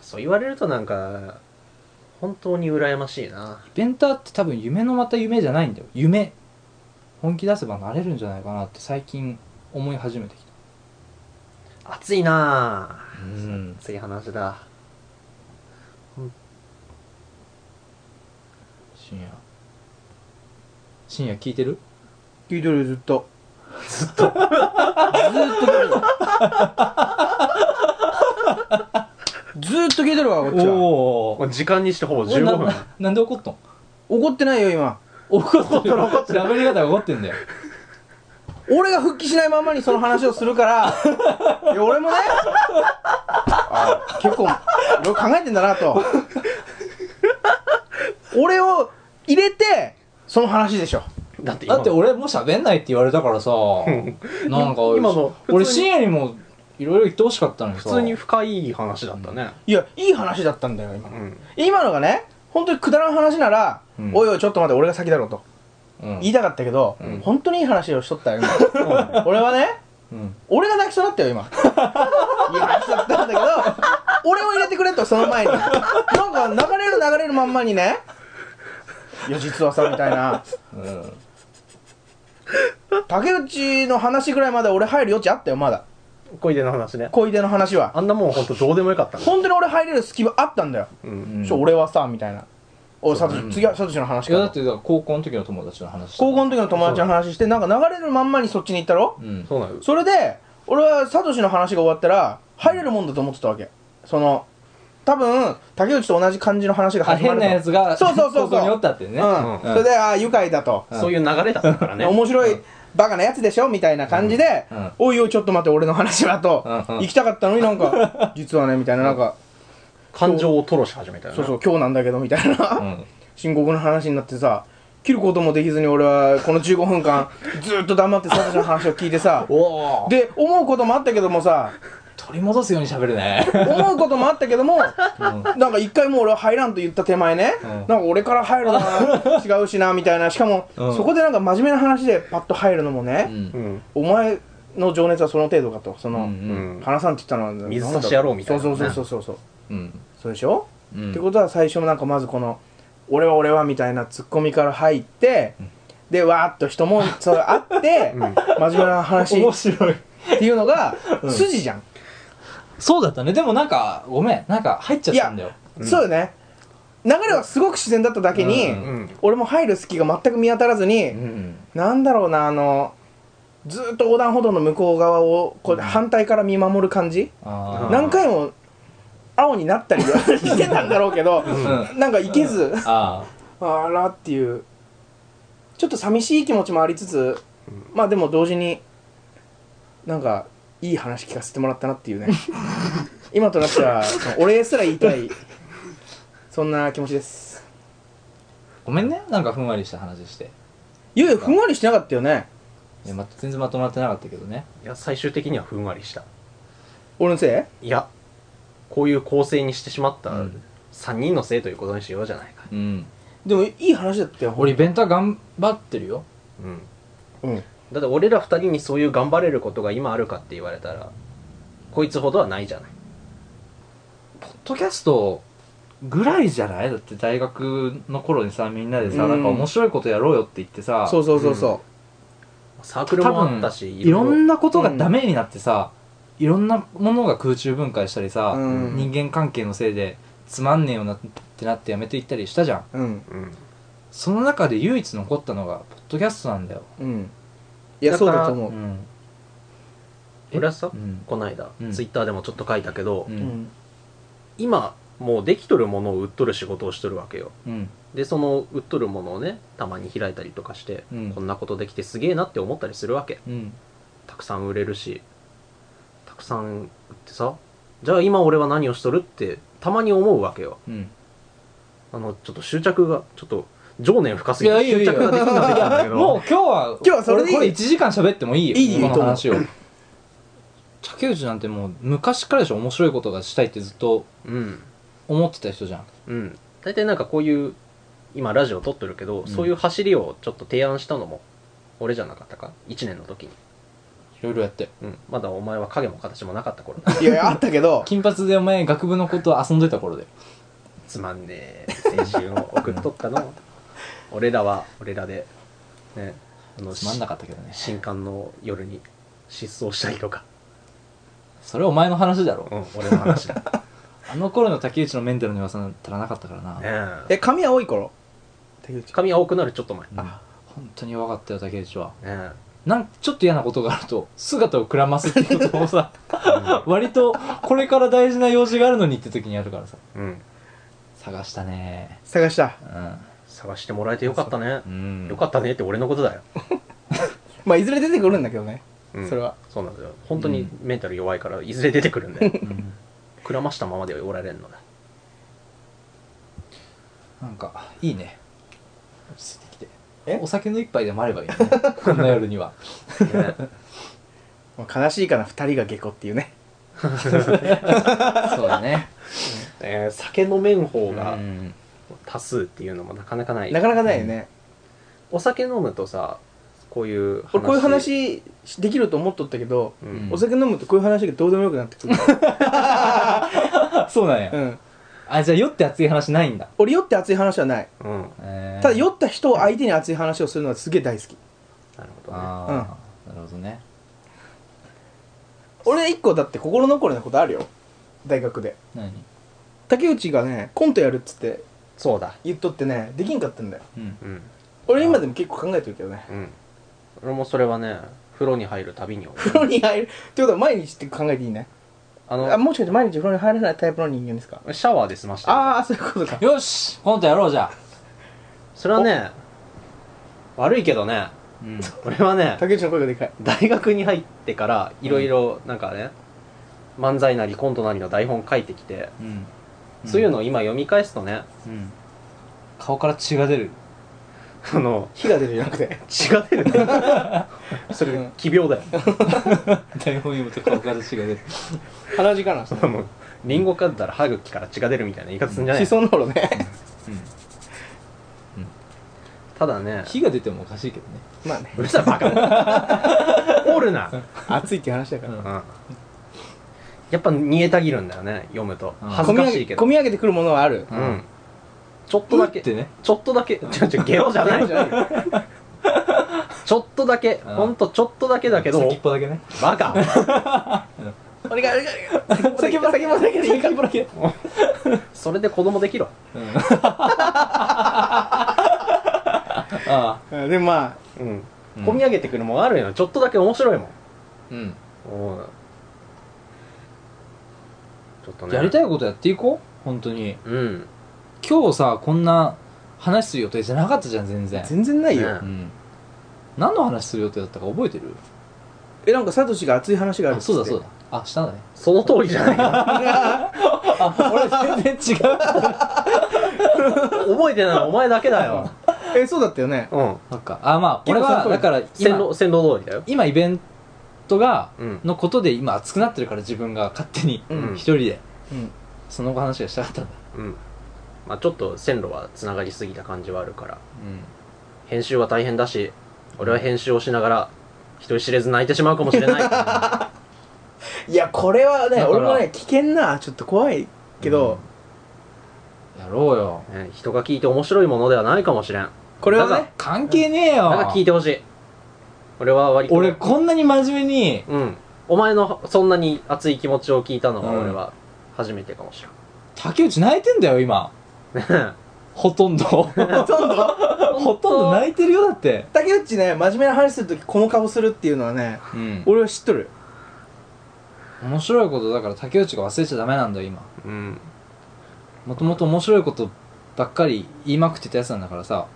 Speaker 3: そう言われるとなんか本当に羨ましいな
Speaker 2: イベンターって多分夢のまた夢じゃないんだよ夢本気出せばなれるんじゃないかなって最近思い始めてきた
Speaker 3: 熱いなあ
Speaker 2: うん
Speaker 3: 熱い話だ
Speaker 2: 深夜深夜聞いてる
Speaker 1: 聞いてるよずっとずっとずっと聞いてるわこっちは
Speaker 2: お
Speaker 3: もう時間にしてほぼ
Speaker 2: 俺
Speaker 3: 15
Speaker 2: な
Speaker 3: 分
Speaker 2: ななんで怒っとん
Speaker 1: 怒ってないよ今
Speaker 2: 怒ってる喋り方が怒ってんだよ
Speaker 1: 俺が復帰しないままにその話をするからいや俺もねあ結構いろいろ考えてんだなと俺を入れてその話でしょ
Speaker 3: だって今
Speaker 2: だって俺もう喋んないって言われたか らさなんか俺
Speaker 3: 今の普通に
Speaker 2: 俺深夜にもいろいろ言ってほしかったのに
Speaker 3: 普
Speaker 2: さ
Speaker 3: 通に深い話だったね
Speaker 1: いやいい話だったんだよ
Speaker 3: う
Speaker 1: 今の
Speaker 3: ん
Speaker 1: 今のがね本当にくだらん話なら、
Speaker 2: うん
Speaker 1: おいおいちょっと待って俺が先だろうと
Speaker 2: うん
Speaker 1: 言いたかったけど、
Speaker 2: うん
Speaker 1: 本当にいい話をしとったよ今俺はね
Speaker 2: うん
Speaker 1: 俺が泣きそうだったよ今いい話だったんだけど俺を入れてくれとその前になんか流れる流れるまんまにねいや実はさみたいな
Speaker 2: うん
Speaker 1: 竹内の話ぐらいまで俺入る余地あったよまだ
Speaker 3: 小出の話ね
Speaker 1: 小出の話は
Speaker 3: あんなもんほんとどうでもよかったね
Speaker 1: 本当に俺入れる隙間あったんだよ、
Speaker 3: うん
Speaker 1: ちょ俺はさみたいなおい
Speaker 3: そ
Speaker 1: サ
Speaker 3: う
Speaker 1: ト
Speaker 3: だね
Speaker 1: シ次はサトシの話
Speaker 2: い
Speaker 1: か
Speaker 2: や
Speaker 1: と
Speaker 2: だってだから高校の時の友達の話
Speaker 1: 高校の時の友達の話してなんか流れるまんまにそっちに行ったろ、
Speaker 2: うん
Speaker 3: そうなの
Speaker 1: それで俺はサトシの話が終わったら入れるもんだと思ってたわけその多分竹内と同じ感じの話が
Speaker 2: あ
Speaker 1: 始まる
Speaker 2: 変
Speaker 1: と
Speaker 2: なやつが
Speaker 1: そうそうそうそう
Speaker 2: ここにおったってね
Speaker 1: うん
Speaker 2: うん
Speaker 1: それでああ愉快だと、
Speaker 2: うん
Speaker 3: そういう流れだったからね
Speaker 1: 面白い、バカなやつでしょみたいな感じで、
Speaker 2: うんうん
Speaker 1: おいおいちょっと待って俺の話はと、
Speaker 2: うんうん
Speaker 1: 行きたかったのになん か実はねみたいななんか、
Speaker 3: 感情を吐露し始めたよね
Speaker 1: そうそう今日なんだけどみたいな、
Speaker 2: うん
Speaker 1: 深刻な話になってさ切ることもできずに俺はこの15分 間ずっと黙ってサトシの話を聞いてさ
Speaker 2: おお
Speaker 1: で思うこともあったけどもさ
Speaker 2: 取り戻すように喋るね
Speaker 1: 思うこともあったけども
Speaker 2: うん
Speaker 1: なんか一回もう俺は入らんと言った手前ね、
Speaker 2: うん
Speaker 1: なんか俺から入るのは違うしなみたいなしかも、
Speaker 2: うん
Speaker 1: そこでなんか真面目な話でパッと入るのも
Speaker 2: う
Speaker 1: ね、
Speaker 2: ん
Speaker 3: ん
Speaker 1: お前の情熱はその程度かとその、
Speaker 2: うん
Speaker 3: うん
Speaker 1: 話さんって言ったのは
Speaker 3: 水差し野郎みたいな
Speaker 1: そうそうそうそうそう
Speaker 2: うん
Speaker 1: そうでしょ、
Speaker 2: うん
Speaker 1: ってことは最初もなんかまずこの「俺は俺は」みたいなツッコミから入って、でわーっと人もそうあって、
Speaker 3: うん
Speaker 1: 真面目な話っ
Speaker 2: 面白い
Speaker 1: ていうの が
Speaker 2: うん
Speaker 1: 筋じゃん、
Speaker 2: そうだったねでもなんかごめんなんか入っちゃったんだよ
Speaker 3: うん
Speaker 1: そうよね流れはすごく自然だっただけに、
Speaker 2: う
Speaker 3: うん
Speaker 1: 俺も入る隙が全く見当たらずに、
Speaker 2: うん
Speaker 1: なんだろうなあのずーっと横断歩道の向こう側をこう反対から見守る感じ、
Speaker 2: あー
Speaker 1: 何回も青になったりはしてたんだろうけど、
Speaker 2: ん
Speaker 1: なんかいけず、
Speaker 2: あ
Speaker 1: あらっていうちょっと寂しい気持ちもありつつ、まあでも同時になんかいい話聞かせてもらったなっていうね今となってはそのお礼すら言いたいそんな気持ちです
Speaker 2: ーごめんねなんかふんわりした話して
Speaker 1: いやいやふんわりしてなかったよね
Speaker 2: いやま全然まとまってなかったけどね
Speaker 3: いや最終的にはふんわりした
Speaker 1: 俺のせ
Speaker 3: いやこういう構成にしてしまった
Speaker 2: うん
Speaker 3: 3人のせいということにしようじゃないか
Speaker 2: うん
Speaker 1: いでもいい話だったよ
Speaker 2: 俺イベントは頑張ってるよ
Speaker 3: うん
Speaker 1: うん
Speaker 3: だって俺ら2人にそういう頑張れることが今あるかって言われたらこいつほどはないじゃない
Speaker 2: ポッドキャストぐらいじゃないだって大学の頃にさみんなでさ、
Speaker 1: うん
Speaker 2: なんか面白いことやろうよって言ってさ
Speaker 1: そうそうそうそ
Speaker 3: サークル
Speaker 2: 多
Speaker 3: もあ
Speaker 2: 分
Speaker 3: ったし
Speaker 2: いろん
Speaker 3: な
Speaker 2: なことがダメになってさ、いろんなものが空中分解したりさ、
Speaker 1: うん
Speaker 2: 人間関係のせいでつまんねえよなってなってやめていったりしたじゃん
Speaker 1: ううん
Speaker 3: うん
Speaker 2: その中で唯一残ったのがポッドキャストなんだよ
Speaker 1: うんいや
Speaker 3: だ
Speaker 1: そ
Speaker 3: か
Speaker 1: う
Speaker 3: ら
Speaker 1: だと思
Speaker 2: う
Speaker 1: う、
Speaker 2: ん
Speaker 3: 俺はさ
Speaker 2: うん
Speaker 3: こないだ
Speaker 2: うん
Speaker 3: ツイッターでもちょっと書いたけど
Speaker 2: う
Speaker 1: うんん
Speaker 3: 今もうできとるものを売っとる仕事をしとるわけよ
Speaker 2: うん
Speaker 3: でその売っとるものをねたまに開いたりとかして、
Speaker 2: うん
Speaker 3: こんなことできてすげえなって思ったりするわけ
Speaker 2: うん
Speaker 3: たくさん売れるしたくさん売ってさじゃあ今俺は何をしとるってたまに思うわけよ
Speaker 2: うん
Speaker 3: あのちょっと執着がちょっと情念深すぎ
Speaker 2: いや
Speaker 3: て
Speaker 2: いいよい
Speaker 3: 執
Speaker 2: いよ
Speaker 3: 着ができなくなってきたんだけど
Speaker 2: もう今日は
Speaker 1: 今日はそれでいい
Speaker 2: 俺これ1時間喋ってもいいよ
Speaker 1: いいよ
Speaker 2: この話を竹内なんてもう昔からでしょ面白いことがしたいってずっと
Speaker 3: うん
Speaker 2: 思ってた人じゃん
Speaker 3: うん大体なんかこういう今ラジオ撮ってるけど、
Speaker 2: ん
Speaker 3: そういう走りをちょっと提案したのも俺じゃなかったか1年の時に、
Speaker 2: いろいろやって
Speaker 3: うん、まだお前は影も形もなかっ た頃だ
Speaker 1: いやいやあったけど
Speaker 2: 金髪でお前学部のこと遊んでた頃で
Speaker 3: つまんねえ青春を送っとっ たの俺らは俺らでねあの
Speaker 2: つまんなかったけどね
Speaker 3: 新刊の夜に失踪したりとか、
Speaker 2: それお前の話だろ
Speaker 3: うん、俺の 話だね
Speaker 2: あの頃の竹内のメンタルの弱さなんたらなかったからな、
Speaker 3: え
Speaker 1: え髪青い頃竹内
Speaker 3: 髪青くなるちょっと前、
Speaker 2: う
Speaker 3: ね
Speaker 2: ん本当に弱かったよ竹内は
Speaker 3: え
Speaker 2: なんちょっと嫌なことがあると姿をくらますっていうこともさ割とこれから大事な用事があるのにって時にやるからさ
Speaker 3: うんうん、
Speaker 2: 探したね
Speaker 1: 探した
Speaker 2: うん
Speaker 3: 探してもらえてよかったね
Speaker 2: うん
Speaker 3: よかったねって俺のことだよ、
Speaker 1: まあいずれ出てくるんだけどね、
Speaker 3: うん
Speaker 1: それは
Speaker 3: そうなんだよ本当にメンタル弱いからいずれ出てくるんで
Speaker 2: うん
Speaker 3: くらましたままでおられるのだ
Speaker 2: なんかいいね落ち着いてきて
Speaker 1: え
Speaker 2: お酒の一杯でもあればいいねこんな夜には
Speaker 3: ね
Speaker 1: まあ悲しいから2人が下戸っていうね
Speaker 2: そうだね
Speaker 3: えー酒飲めん方
Speaker 2: う
Speaker 3: が
Speaker 2: ん
Speaker 3: 多数っていうのもなかなかない
Speaker 1: なかなかないよね、
Speaker 3: お酒飲むとさこういう話
Speaker 1: 俺こういう話できると思っとったけど、
Speaker 3: うん
Speaker 2: うん
Speaker 1: お酒飲むとこういう話がどうでもよくなって くる、
Speaker 2: そうなんや、
Speaker 1: うん、
Speaker 2: あじゃあ酔って熱い話ないんだ、
Speaker 1: 俺酔って熱い話はない
Speaker 3: うん
Speaker 2: えー
Speaker 1: ただ酔った人を相手に熱い話をするのはすげえ大好き
Speaker 3: なるほどね
Speaker 2: ああ、なるほどね
Speaker 1: 俺一個だって心残りなことあるよ大学で
Speaker 2: 何
Speaker 1: 竹内がねコントやるっつって
Speaker 3: そうだ
Speaker 1: 言っとってねできんかったんだよ
Speaker 2: うん
Speaker 3: うん
Speaker 1: 俺今でも結構考えてるけどね
Speaker 3: うん俺もそれはね風呂に入るたびに思う
Speaker 1: 風呂に入るってことは毎日って考えていいね
Speaker 3: あ
Speaker 1: あ
Speaker 3: の
Speaker 1: もしかして毎日風呂に入らないタイプの人間ですか
Speaker 3: シャワーで済ましたよ
Speaker 1: ああそういうことか
Speaker 2: よしコントやろうじゃあ、
Speaker 3: それはね悪いけどね
Speaker 2: うん、
Speaker 3: 俺はね
Speaker 1: 竹内の声がでかい
Speaker 3: 大学に入ってからいろいろなんかね、漫才なりコントなりの台本書いてきて、
Speaker 2: うん
Speaker 3: そういうのを今読み返すとね
Speaker 2: うん顔から血が出る
Speaker 3: あの
Speaker 1: 火が出るじゃなくて
Speaker 3: 血が出る ねそれ奇病だよ
Speaker 2: 台本読むと顔から血が出る
Speaker 1: 鼻血かなんです
Speaker 3: もうリンゴかんだら歯茎から血が出るみたいな言い方するんじゃない
Speaker 1: しそんなのね
Speaker 3: ただね
Speaker 2: 火が出てもおかしいけどね
Speaker 1: まあね
Speaker 3: うるさいバカおるな、
Speaker 1: 暑いって話だか
Speaker 2: う
Speaker 1: ら
Speaker 2: ん
Speaker 3: うんやっぱ煮えたぎるんだよね読むと
Speaker 2: うん
Speaker 3: 恥ずかしいけど
Speaker 1: 込み上げ込み上げてくるものはある
Speaker 3: う
Speaker 2: み
Speaker 3: んちょっとだけ
Speaker 2: ってね
Speaker 3: ちょっとだけちょちょゲロじゃない
Speaker 1: じゃない
Speaker 3: ちょっとだけ
Speaker 2: うん
Speaker 3: ほんとちょっとだけだけど
Speaker 2: 先っぽだけね
Speaker 3: バカ
Speaker 1: お願いお願い先も先も先も先もだけ
Speaker 3: それで子供できろ
Speaker 2: うんああ
Speaker 1: うんでもまあ
Speaker 3: うん
Speaker 2: うん
Speaker 3: 込み上げてくるもんあるよちょっとだけ面白いもん
Speaker 2: うん
Speaker 3: おうちょっとね
Speaker 2: やりたいことやっていこう本当に
Speaker 3: うん
Speaker 2: 今日さこんな話する予定じゃなかったじゃん全然
Speaker 1: 全然ないよ
Speaker 3: ね
Speaker 2: うん何の話する予定だったか覚えてる
Speaker 1: えなんかサトシが熱い話があるっ
Speaker 2: あ
Speaker 1: つって
Speaker 2: そうだそうだあしたんだね
Speaker 3: その通りじゃない か
Speaker 2: あ俺全然違う
Speaker 3: 覚えてないのお前だけだよ
Speaker 1: えそうだったよね
Speaker 3: うん
Speaker 2: そっかあまあ
Speaker 3: 結
Speaker 2: 俺
Speaker 3: 構
Speaker 2: は
Speaker 3: その通り
Speaker 2: だから
Speaker 3: 線
Speaker 2: 今
Speaker 3: 路線路通りだよ
Speaker 2: 今イベントが
Speaker 3: うん
Speaker 2: のことで今熱くなってるから自分が勝手に
Speaker 1: うん
Speaker 2: 一人で
Speaker 1: うん
Speaker 2: その話がしたかったんだ
Speaker 3: うんまあちょっと線路はつながりすぎた感じはあるから
Speaker 2: うん
Speaker 3: 編集は大変だし俺は編集をしながら人知れず泣いてしまうかもしれない
Speaker 1: いやこれはね
Speaker 2: だから
Speaker 1: 俺もね危険なちょっと怖いけど
Speaker 2: やろうよ
Speaker 3: ね人が聞いて面白いものではないかもしれん
Speaker 1: これは
Speaker 3: だ
Speaker 1: ね
Speaker 3: か
Speaker 2: 関係ねえ
Speaker 3: らだから
Speaker 2: よ
Speaker 3: 聞いてほしい俺は割と
Speaker 2: 俺こんなに真面目に
Speaker 3: うんお前のそんなに熱い気持ちを聞いたのは
Speaker 2: うん
Speaker 3: 俺は初めてかもし
Speaker 2: 竹内泣いてんだよ今
Speaker 3: れん、ね
Speaker 2: ほとんどほ
Speaker 1: ほとんど
Speaker 2: とんど泣いてるよだって
Speaker 1: 竹内ね真面目な話するときこの顔するっていうのはね
Speaker 2: うん
Speaker 1: 俺は知っとる
Speaker 2: 面白いことだから竹内が忘れちゃダメなんだよ今
Speaker 3: うん
Speaker 2: もともと面白いことばっかり言いまくってたやつなんだからさ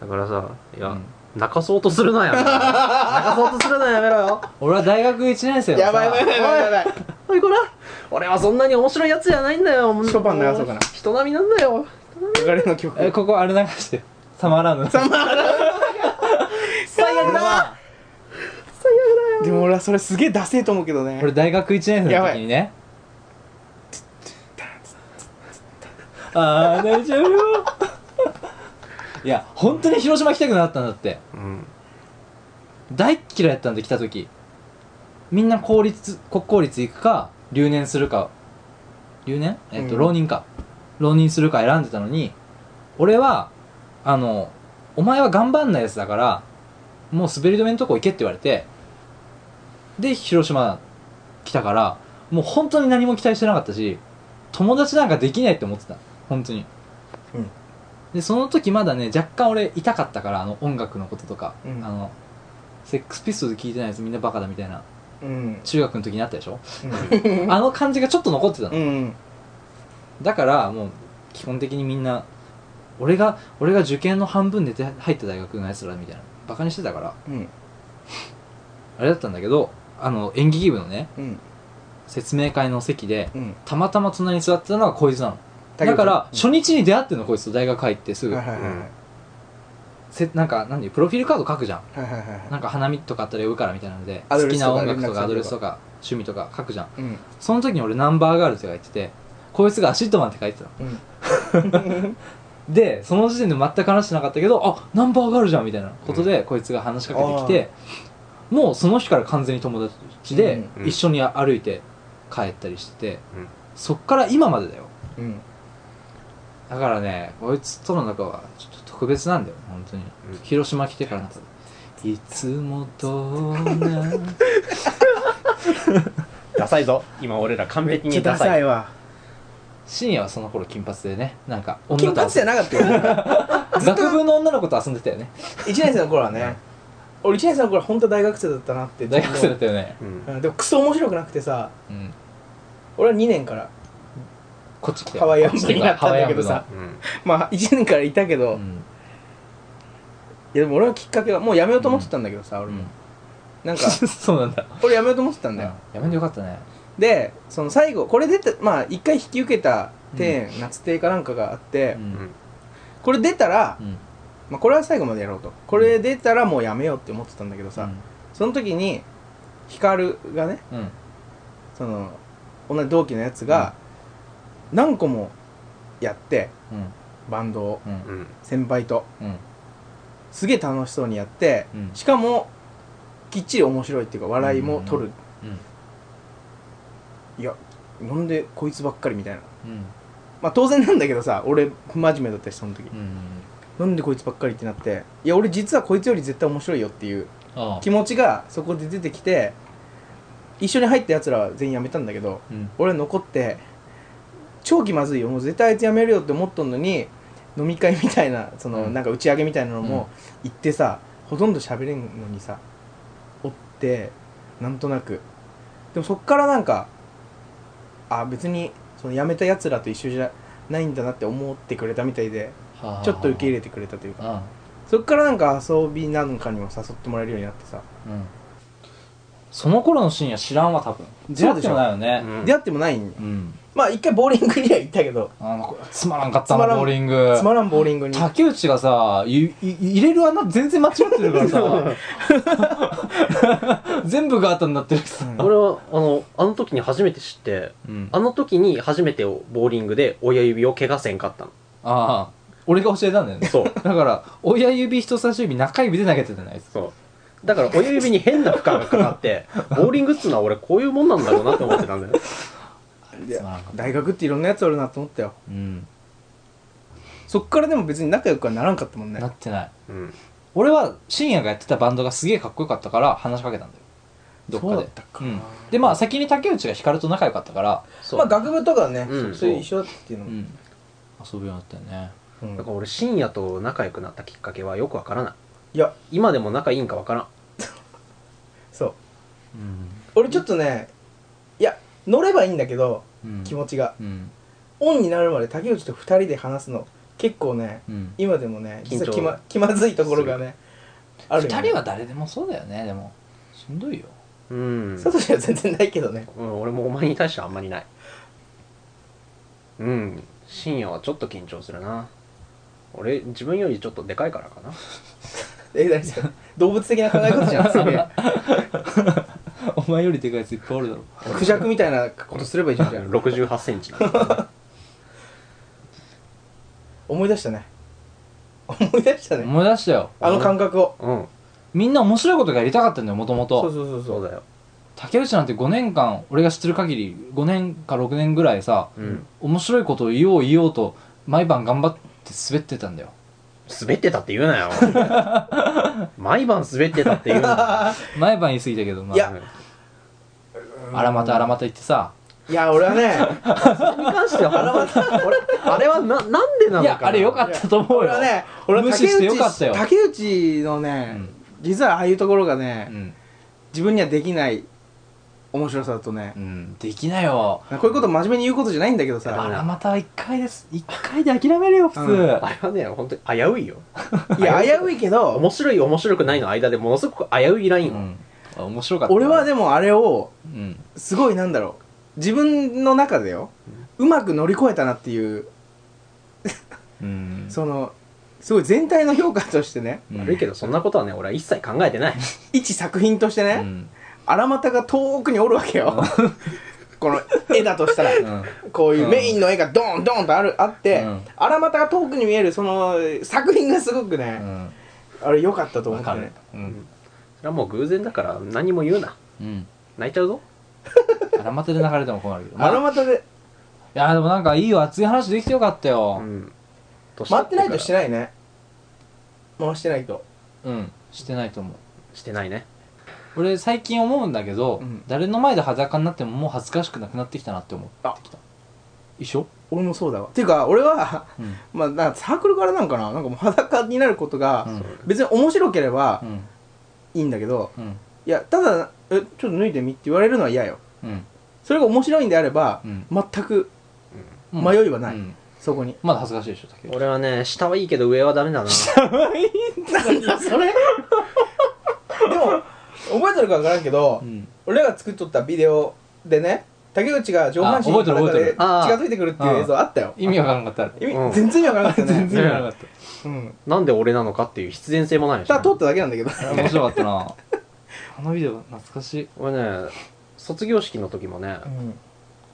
Speaker 3: だからさいや、
Speaker 2: うん
Speaker 3: 泣かそうとするなやめ ろ泣かそうとするなやめろよ
Speaker 2: 俺は大学1年生のさ
Speaker 1: やばいやばいやばいやばい
Speaker 3: おいこら俺はそんなに面白いやつじゃないんだよ
Speaker 1: ショパン流そうかな
Speaker 3: 人並みなんだよ
Speaker 1: 流れの曲
Speaker 2: えここあれ流してサマーランドサマ
Speaker 1: 最悪だわ最悪だよでも俺はそれすげえダセえと思うけどね
Speaker 2: 俺大学1年生の時にねああ大丈夫よいや本当に広島来たくなかったんだって
Speaker 3: うん
Speaker 2: 大っ嫌いだったんで来た時みんな公立国公立行くか留年するか留年えっと、
Speaker 1: うん
Speaker 2: 浪人か浪人するか選んでたのに俺はあのお前は頑張んないやつだからもう滑り止めのとこ行けって言われてで広島来たからもう本当に何も期待してなかったし友達なんかできないって思ってた本当に、
Speaker 1: うん
Speaker 2: でその時まだね若干俺痛かったからあの音楽のこととか、
Speaker 1: うん
Speaker 2: あのセックスピストルズ聞いてないやつみんなバカだみたいな
Speaker 1: うん
Speaker 2: 中学の時にあったでしょ、
Speaker 1: うん
Speaker 2: あの感じがちょっと残ってたの、
Speaker 1: うん
Speaker 2: だからもう基本的にみんな俺が俺が受験の半分で出入った大学のやつらみたいなバカにしてたから
Speaker 1: うん
Speaker 2: あれだったんだけどあの演劇部のね
Speaker 1: うん
Speaker 2: 説明会の席で
Speaker 1: うん
Speaker 2: たまたま隣に座ってたのがこいつなのだから初日に出会ってんのこいつと大学入ってす
Speaker 1: はい
Speaker 2: ぐ、
Speaker 1: はいはいはい
Speaker 2: せなんか何プロフィールカード書くじゃん
Speaker 1: はいはいはい
Speaker 2: なんか花見とかあったら呼ぶからみたいなので
Speaker 1: アド
Speaker 2: 好
Speaker 1: レ
Speaker 2: き
Speaker 1: スと
Speaker 2: な
Speaker 1: か
Speaker 2: 音楽とかアド
Speaker 1: 連絡先とか
Speaker 2: レスとか趣味とか書くじゃん
Speaker 1: うん
Speaker 2: その時に俺ナンバーガールって書いててこいつがアシッドマンって書いてたの
Speaker 1: うん
Speaker 2: でその時点で全く話してなかったけどあナンバーガールじゃんみたいなことでこいつが話しかけてきて、もうその日から完全に友達で
Speaker 3: うん
Speaker 2: 一緒に歩いて帰ったりしてて、
Speaker 3: うん
Speaker 2: そっから今までだよ
Speaker 1: うん
Speaker 2: だからねこいつとの仲はちょっと特別なんだよ本当に、
Speaker 3: うん
Speaker 2: 広島来てからなんていつもとな
Speaker 3: ダサいぞ今俺ら完璧
Speaker 1: めっ
Speaker 3: に
Speaker 1: ちゃ
Speaker 3: ダ
Speaker 1: ダ
Speaker 3: サ
Speaker 1: サ
Speaker 3: い
Speaker 1: いわ
Speaker 2: 深夜はその頃金髪でねなんか
Speaker 1: 金
Speaker 2: 女と
Speaker 1: 髪じゃなかったよ
Speaker 2: 学部の女の子と遊んでたよね
Speaker 1: 1年生の頃はね俺1年生の頃は本当大学生だったなって
Speaker 2: 大学生だったよね
Speaker 3: うん
Speaker 1: うんでもクソ面白くなくてさ
Speaker 2: うん
Speaker 1: 俺は2年から
Speaker 2: こっち来て
Speaker 1: ハワイアン部になったんだけどさまあ1年からいたけど、
Speaker 2: う
Speaker 1: い
Speaker 2: ん
Speaker 1: やでも俺はきっかけはもうやめようと思ってたんだけどさ、俺もなんか
Speaker 2: そうなんだ
Speaker 1: 俺やめようと思ってたんだよ、
Speaker 2: やめんでよかったね
Speaker 1: でその最後これ出てまあ一回引き受けた定、夏定かなんかがあって、
Speaker 2: うん
Speaker 1: これ出たら
Speaker 2: うん
Speaker 1: まあ、これは最後までやろうとこれ出たらもうやめようって思ってたんだけどさ、
Speaker 2: さ
Speaker 1: その時に光がね
Speaker 2: うん、うん、
Speaker 1: その同じ同期のやつが何個もやってバンドを
Speaker 2: うん
Speaker 3: うん
Speaker 1: 先輩と
Speaker 2: うん
Speaker 1: すげえ楽しそうにやって
Speaker 2: うん
Speaker 1: しかもきっちり面白いっていうか笑いも取る、いやなんでこいつばっかりみたいな
Speaker 2: うん
Speaker 1: まあ当然なんだけどさ俺不真面目だったしその時
Speaker 2: うん
Speaker 1: なんでこいつばっかりってなっていや俺実はこいつより絶対面白いよっていう
Speaker 2: ああ
Speaker 1: 気持ちがそこで出てきて一緒に入ったやつらは全員辞めたんだけど
Speaker 2: うん
Speaker 1: 俺残って超気まずいよもう絶対あいつ辞めるよって思っとんのに飲み会みたいなその、
Speaker 2: うん
Speaker 1: なんか打ち上げみたいなのも行ってさ、ほとんど喋れんのにさおってなんとなくでもそっからなんかあ別にその辞めたやつらと一緒じゃないんだなって思ってくれたみたいで
Speaker 2: はあ
Speaker 1: ちょっと受け入れてくれたというか
Speaker 2: あ
Speaker 1: そっからなんか遊びなんかにも誘ってもらえるようになってさ、
Speaker 2: あうんその頃の深夜知らんわ多分出会ってもないよね
Speaker 3: うん
Speaker 1: 出会ってもないんよ
Speaker 2: うん
Speaker 1: まあ一回ボーリングには行ったけど
Speaker 2: あのつまらんかった
Speaker 1: つま
Speaker 2: な
Speaker 1: らん
Speaker 2: ボーリング
Speaker 1: つまらんボーリングに
Speaker 2: 竹内がさいい入れる穴全然間違ってるから さ全部があったんだってるさ
Speaker 1: うん
Speaker 3: 俺はあのあの時に初めて知って
Speaker 2: うん
Speaker 3: あの時に初めてボーリングで親指を怪我せんかったの
Speaker 2: ああ俺が教えたんだよね
Speaker 3: そう
Speaker 2: だから親指人差し指中指で投げてたじゃないですか
Speaker 3: そうだから親指に変な負荷がかか ってボーリングっつうのは俺こういうもんなんだろうなって思ってたんだよ
Speaker 1: で
Speaker 2: つまらんかった
Speaker 1: 大学っていろんなやつおるなと思ったよ
Speaker 2: うん
Speaker 1: そっからでも別に仲良くはならんかったもんね
Speaker 2: なってない
Speaker 3: うん
Speaker 2: 俺は深夜がやってたバンドがすげえかっこよかったから話しかけたんだよどっかで
Speaker 1: そうだったか
Speaker 2: うん、でまあ先に竹内が光と仲良かったから、
Speaker 3: そう
Speaker 1: まあ学部とかはね、
Speaker 3: うん
Speaker 1: そういう一緒だっていうの
Speaker 2: う
Speaker 1: も、
Speaker 2: ん、遊ぶようになったよね
Speaker 1: うん
Speaker 3: だから俺深夜と仲良くなったきっかけはよくわからない
Speaker 1: いや
Speaker 3: 今でも仲いいんかわからん
Speaker 1: そう
Speaker 2: うん
Speaker 1: 俺ちょっとねいや乗ればいいんだけど
Speaker 2: うん
Speaker 1: 気持ちが、
Speaker 2: うん
Speaker 1: オンになるまで竹内と2人で話すの結構ね
Speaker 2: うん
Speaker 1: 今でもね実は気
Speaker 3: 緊
Speaker 1: ま
Speaker 3: 張
Speaker 1: 気まずいところがねあるよね
Speaker 2: 2人は誰でもそうだよねでもしんどいよ
Speaker 3: うん
Speaker 1: サトシは全然ないけどね
Speaker 3: うん、俺もお前に対してはあんまりないうん深夜はちょっと緊張するな俺自分よりちょっとでかいからかな
Speaker 1: え何それ動物的な考え方じゃんすげえ
Speaker 2: お前よりでかいやついっぱいおるだろ
Speaker 1: クジャクみたいなことすればいいじゃんじゃん
Speaker 3: 6 8セン チなんだ
Speaker 1: 思い出したね思い出したね
Speaker 2: 思い出したよ
Speaker 1: あの感覚を
Speaker 3: うん
Speaker 2: みんな面白いことがやりたかったんだよもとも
Speaker 1: そう
Speaker 2: と
Speaker 1: そうそう
Speaker 3: そ
Speaker 1: そ
Speaker 3: う
Speaker 1: う
Speaker 3: だよ
Speaker 2: 竹内なんて5年間俺が知ってる限り5年か6年ぐらいさ
Speaker 3: うん
Speaker 2: 面白いことを言おう言おうと毎晩頑張って滑ってたんだよ
Speaker 3: 滑ってたって言うなよ 毎晩滑ってたって言うな
Speaker 2: 毎晩言い過ぎたけどまあ
Speaker 1: いや
Speaker 2: あらまたあらまた言ってさ
Speaker 1: いや俺は ね
Speaker 3: に関してはあれは俺あれはななんでなのかない
Speaker 2: やあれよかったと思う
Speaker 1: 俺
Speaker 2: よ
Speaker 1: はね俺は
Speaker 2: 無
Speaker 1: 竹
Speaker 2: 視してよ
Speaker 1: 内
Speaker 2: かったよ
Speaker 1: 竹内の
Speaker 2: う
Speaker 1: ね、
Speaker 2: ん
Speaker 1: 実はああいうところがね、
Speaker 2: うん
Speaker 1: 自分にはできない面白さだとね
Speaker 2: う、んできなよ
Speaker 1: こういうこと真面目に言うことじゃないんだけど
Speaker 2: あ
Speaker 1: さ
Speaker 2: らまた1回です1回で諦めるよ普通
Speaker 3: あれはね本当に危ういよ
Speaker 1: いや危ういけど
Speaker 3: 面白い面白くないの間でものすごく危ういライン
Speaker 2: う
Speaker 3: を、
Speaker 2: んあ面白かった
Speaker 1: 俺はでもあれを
Speaker 2: うん
Speaker 1: すごいなんだろう自分の中でようまく乗り越えたなっていう
Speaker 2: うん
Speaker 1: そのすごい全体の評価としてね
Speaker 2: うん
Speaker 3: 悪いけどそんなことはね俺は一切考えてない
Speaker 1: 一作品として
Speaker 2: う
Speaker 1: ね、
Speaker 2: ん
Speaker 1: 荒俣が遠くにおるわけよこの絵だとしたら
Speaker 2: うん
Speaker 1: こういうメインの絵がドーンドーンとあるあって、
Speaker 2: うん
Speaker 1: 荒俣が遠くに見えるその作品がすごく
Speaker 2: う
Speaker 1: ね、
Speaker 2: ん
Speaker 1: あれ良かったと思
Speaker 2: わ
Speaker 1: って
Speaker 2: かる
Speaker 1: ね
Speaker 2: うん
Speaker 3: それはもう偶然だから何も言うな
Speaker 2: うん
Speaker 3: 泣いちゃうぞ
Speaker 2: あらまたで流れても困るけどまあ
Speaker 1: 荒俣で
Speaker 2: いやでもなんかいいよ熱い話できてよかったよ
Speaker 3: ん
Speaker 1: 回ってないとして
Speaker 3: ない
Speaker 1: ないね回してないと
Speaker 2: うん、してないと思う
Speaker 3: してないね
Speaker 2: 俺最近思うんだけど、
Speaker 1: うん
Speaker 2: 誰の前で裸になってももう恥ずかしくなくなってきたなって思ってきた一緒
Speaker 1: 俺もそうだわていうか俺は
Speaker 2: うん
Speaker 1: まあなんかサークルからなんかななんかもう裸になること
Speaker 2: う
Speaker 1: が
Speaker 2: ん
Speaker 1: 別に面白ければ
Speaker 2: うん
Speaker 1: いいんだけど、
Speaker 2: うん
Speaker 1: いやただえちょっと脱いでみって言われるのは嫌よ
Speaker 2: うん
Speaker 1: それが面白いんであれば、
Speaker 2: うん
Speaker 1: 全く
Speaker 2: うん
Speaker 1: 迷いはない、
Speaker 2: うん
Speaker 1: そこに
Speaker 2: まだ恥ずかしいでしょ竹内
Speaker 3: 俺はね下はいいけど上はダメだな
Speaker 1: なんだそれでも覚えてるか分からんけど
Speaker 2: う、ん
Speaker 1: 俺らが作っとったビデオでね竹内が上半身
Speaker 2: あ覚えてる
Speaker 1: 裸
Speaker 2: 覚
Speaker 1: で
Speaker 2: えて
Speaker 1: 血
Speaker 2: る
Speaker 3: あー
Speaker 1: がついてくるっていう映像あったよ
Speaker 2: 意味わからなかった
Speaker 1: 意味
Speaker 3: うん
Speaker 1: 全然わからなかったね
Speaker 2: 全然わからなかっ
Speaker 1: うん
Speaker 3: なんで俺なのかっていう必然性もないし、
Speaker 1: ただ通っただけなんだけど
Speaker 2: た面白かったな あのビデオ懐かしい
Speaker 3: 俺ね卒業式の時もね、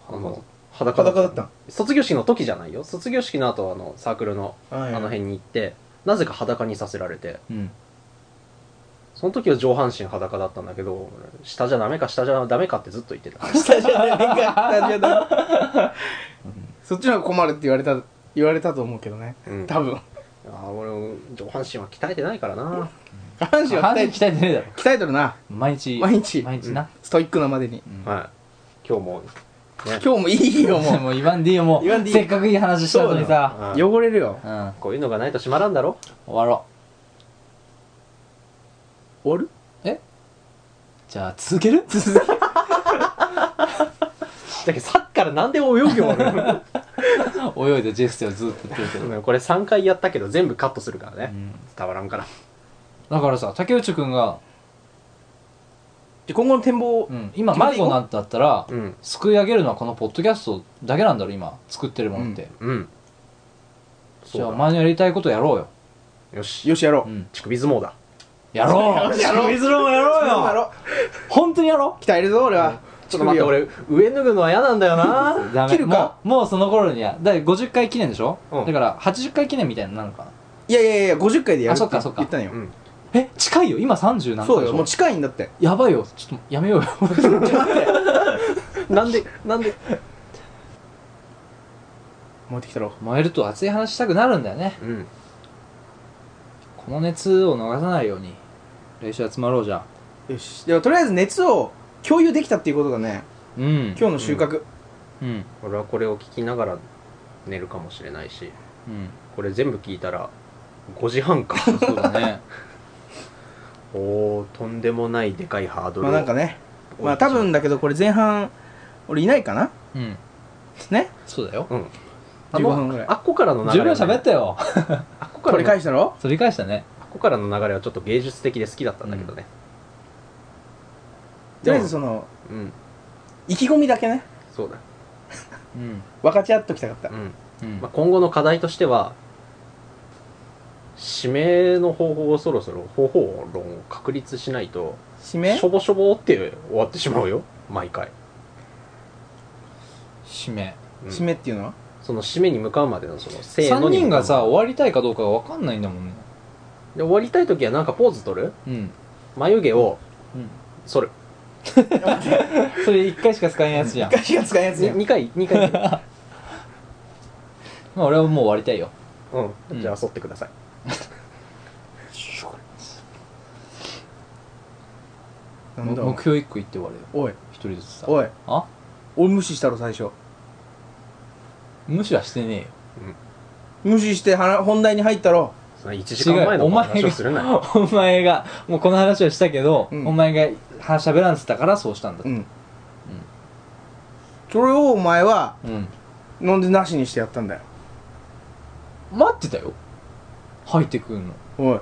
Speaker 3: あの裸
Speaker 1: 裸だった
Speaker 3: 卒業式の時じゃないよ卒業式の後あのサークルの
Speaker 1: あ
Speaker 3: あの辺に行って、なぜか裸にさせられて
Speaker 2: うん
Speaker 3: その時は上半身裸だったんだけど下じゃダメか下じゃダメかってずっと言って た
Speaker 1: スタジオででかいスタジオだ そっちの方が困るって言われた言われたと思うけどね
Speaker 3: うん
Speaker 1: 多分
Speaker 3: あー俺上半身は鍛えてないからな
Speaker 1: 下半身は
Speaker 2: 半
Speaker 1: 鍛
Speaker 2: 身
Speaker 1: え
Speaker 2: 鍛えてねえだろ
Speaker 1: 鍛えとるな
Speaker 2: 毎日
Speaker 1: 毎日
Speaker 2: 毎日な、
Speaker 1: ストイックなまでに
Speaker 2: うん
Speaker 3: はい今日もね
Speaker 1: 今日もいいよ
Speaker 2: もう
Speaker 1: も
Speaker 2: もう言わんでいいよも
Speaker 1: 言わん
Speaker 2: う
Speaker 1: でいい
Speaker 2: せっかくいい話したのにさ
Speaker 1: う汚れるよ
Speaker 2: うん終
Speaker 3: こういうのがないと閉まらんだろ
Speaker 2: わろう
Speaker 1: 終わる
Speaker 2: じゃあ続ける
Speaker 3: だけどさっきから何で泳ぎ終わ
Speaker 2: 泳いでジェスチャーずっとやってるけど、
Speaker 3: るこれ3回やったけど全部カットするからね、
Speaker 2: うん
Speaker 3: 伝わらんから
Speaker 2: だからさ竹内くんが、
Speaker 1: じゃあ今後の展望を
Speaker 2: うん、今迷子なんてだったら
Speaker 3: うん
Speaker 2: すくい上げるのはこのポッドキャストだけなんだろ今作ってるものって、
Speaker 1: うん
Speaker 3: うん
Speaker 2: じゃあ
Speaker 3: そ
Speaker 2: お
Speaker 3: うだ
Speaker 2: 前のやりたいことやろうよ、
Speaker 3: よし
Speaker 1: よしやろ
Speaker 2: う、
Speaker 1: うん
Speaker 3: 乳首相撲だ
Speaker 2: やろう
Speaker 1: やろう
Speaker 2: 水ロもやろう
Speaker 1: や
Speaker 2: よ
Speaker 1: ろ
Speaker 2: 本当にやろ
Speaker 1: う鍛えるぞ俺は
Speaker 3: ちょっと待って俺上脱ぐのは嫌なんだよな
Speaker 2: うダメ
Speaker 1: 切るか
Speaker 2: もうもうその頃にはだから50回記念でしょ、
Speaker 3: うん
Speaker 2: だから80回記念みたいになるのかない
Speaker 1: やいやいや50回でやる
Speaker 2: あそっかそっか
Speaker 1: 言ったのよ
Speaker 3: うん
Speaker 2: え近いよ今30何
Speaker 1: そ
Speaker 2: 回
Speaker 1: うよ
Speaker 2: でし
Speaker 1: も
Speaker 2: ょ
Speaker 1: う近いんだって
Speaker 2: やばいよちょっとやめようよ
Speaker 3: なんでなんで
Speaker 1: 持ってきたろ
Speaker 2: 燃えると熱い話したくなるんだよね
Speaker 3: うん
Speaker 2: この熱を逃さないように練習集まろうじゃん
Speaker 1: よしでもとりあえず熱を共有できたっていうことがね
Speaker 2: うん
Speaker 1: 今日の収穫
Speaker 2: うん
Speaker 3: 俺はこれを聞きながら寝るかもしれないし
Speaker 2: うん
Speaker 3: これ全部聞いたら5時半か
Speaker 2: そうだね
Speaker 3: おーとんでもないでかいハードル
Speaker 1: まあ
Speaker 3: を
Speaker 1: なんかねまあ多分だけどこれ前半俺いないかな
Speaker 2: うん
Speaker 1: ね
Speaker 2: そうだよ
Speaker 3: うんあ
Speaker 1: 15分ぐらい
Speaker 3: のあっこからの流
Speaker 2: 10
Speaker 3: れ
Speaker 2: 秒
Speaker 3: は
Speaker 2: 喋
Speaker 3: ね
Speaker 2: ったよ
Speaker 3: あっこか
Speaker 1: 取り
Speaker 3: ら
Speaker 1: 返
Speaker 3: の
Speaker 1: したろ
Speaker 2: 取り返したね
Speaker 3: あっこからの流れはちょっと芸術的で好きだったんだけどね
Speaker 1: とりあえずその
Speaker 3: うん
Speaker 1: 意気込みだけね
Speaker 3: そうだ
Speaker 2: うん
Speaker 1: 分かち合っときたかった
Speaker 3: うん
Speaker 2: うん
Speaker 3: まあ、今後の課題としては指名の方法をそろそろ方法論を確立しないと
Speaker 1: 締め
Speaker 3: しょぼしょぼって終わってしまうよ毎回、
Speaker 2: 締め
Speaker 3: うん
Speaker 1: 締めっていうのは
Speaker 3: その締めに向かうまでのそのせーの
Speaker 2: 3
Speaker 3: に
Speaker 2: 人
Speaker 3: 向かう
Speaker 2: がさ終わりたいかどうかが分かんないんだもんね
Speaker 3: で終わりたい時はなんかポーズ取る
Speaker 2: うん
Speaker 3: 眉毛を
Speaker 2: うん
Speaker 3: 剃る
Speaker 2: それ1回しか使えないやつ じゃん
Speaker 1: ガシが使うやつ
Speaker 3: に
Speaker 1: やん
Speaker 3: 2回2回、
Speaker 2: まあ俺はもう終わりたいよ
Speaker 3: う
Speaker 2: うん
Speaker 3: ん、じゃあ剃ってください
Speaker 1: なんだ
Speaker 2: 目標1個言って終わるよ
Speaker 1: おい
Speaker 2: 1人ずつさ
Speaker 1: おい
Speaker 2: あ
Speaker 1: 俺無視したろ最初
Speaker 2: 無視はしてねえよ
Speaker 1: 無視してはな本題に入ったろ
Speaker 3: その1時間前
Speaker 2: 違うお
Speaker 3: の
Speaker 2: 前が
Speaker 3: 話をするなよ
Speaker 2: お前がもうこの話はしたけど、
Speaker 1: うん
Speaker 2: お前がはしゃべらんつったからそうしたんだ
Speaker 1: うんそれをお前は
Speaker 2: うん
Speaker 1: 飲んでなしにしてやったんだよ
Speaker 2: 待ってたよ入ってくんの
Speaker 1: おい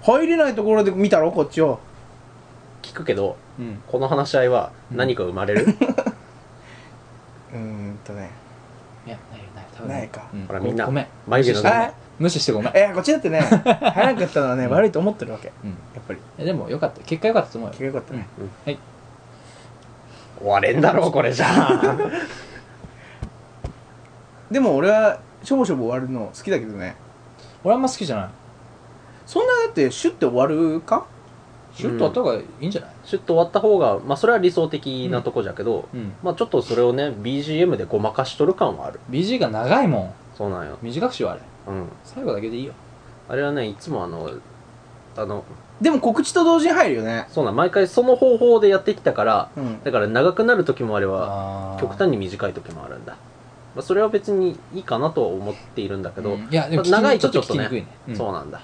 Speaker 1: 入れないところで見たろこっちを
Speaker 3: 聞くけど
Speaker 2: うん
Speaker 3: この話し合いは何か生ま れる、
Speaker 1: うーんとね
Speaker 2: いやないよない多分
Speaker 1: ないか
Speaker 2: うん
Speaker 3: ほらみんな
Speaker 2: ごめん
Speaker 3: 眉毛の
Speaker 1: あ
Speaker 2: 無視してごめん
Speaker 1: いやこっちだってね入らなかったのはね
Speaker 2: うん
Speaker 1: 悪いと思ってるわけや
Speaker 2: うん
Speaker 1: っぱり
Speaker 2: えでもよかった結果よかったと思う
Speaker 1: 結果
Speaker 2: よ
Speaker 1: よかったね
Speaker 3: 終われんだろうこれじゃあ
Speaker 1: でも俺はしょぼしょぼ終わるの好きだけどね
Speaker 2: 俺あんま好きじゃない
Speaker 1: そんなだってシュッて終わるか
Speaker 2: シュッとあった方がいいんじゃない
Speaker 3: シュッと終わった方がまあそれは理想的なとこじゃけど、
Speaker 2: うん
Speaker 3: まあちょっとそれをね BGM でごまかしとる感はある
Speaker 2: BG が長いもん
Speaker 3: そうなんよ
Speaker 2: 短くしようあれ
Speaker 3: うん
Speaker 2: 最後だけでいいよ
Speaker 3: あれはねいつもあのあの
Speaker 1: でも告知と同時に入るよね
Speaker 3: そうなん毎回その方法でやってきたから
Speaker 1: うん
Speaker 3: だから長くなる時もあれば
Speaker 2: あー
Speaker 3: 極端に短い時もあるんだ、まあ、それは別にいいかなとは思っているんだけど、
Speaker 2: うんいやでも聞きに
Speaker 3: 長いとちょっと
Speaker 2: 聞きに
Speaker 3: ね
Speaker 2: くいねうん
Speaker 3: そうなんだ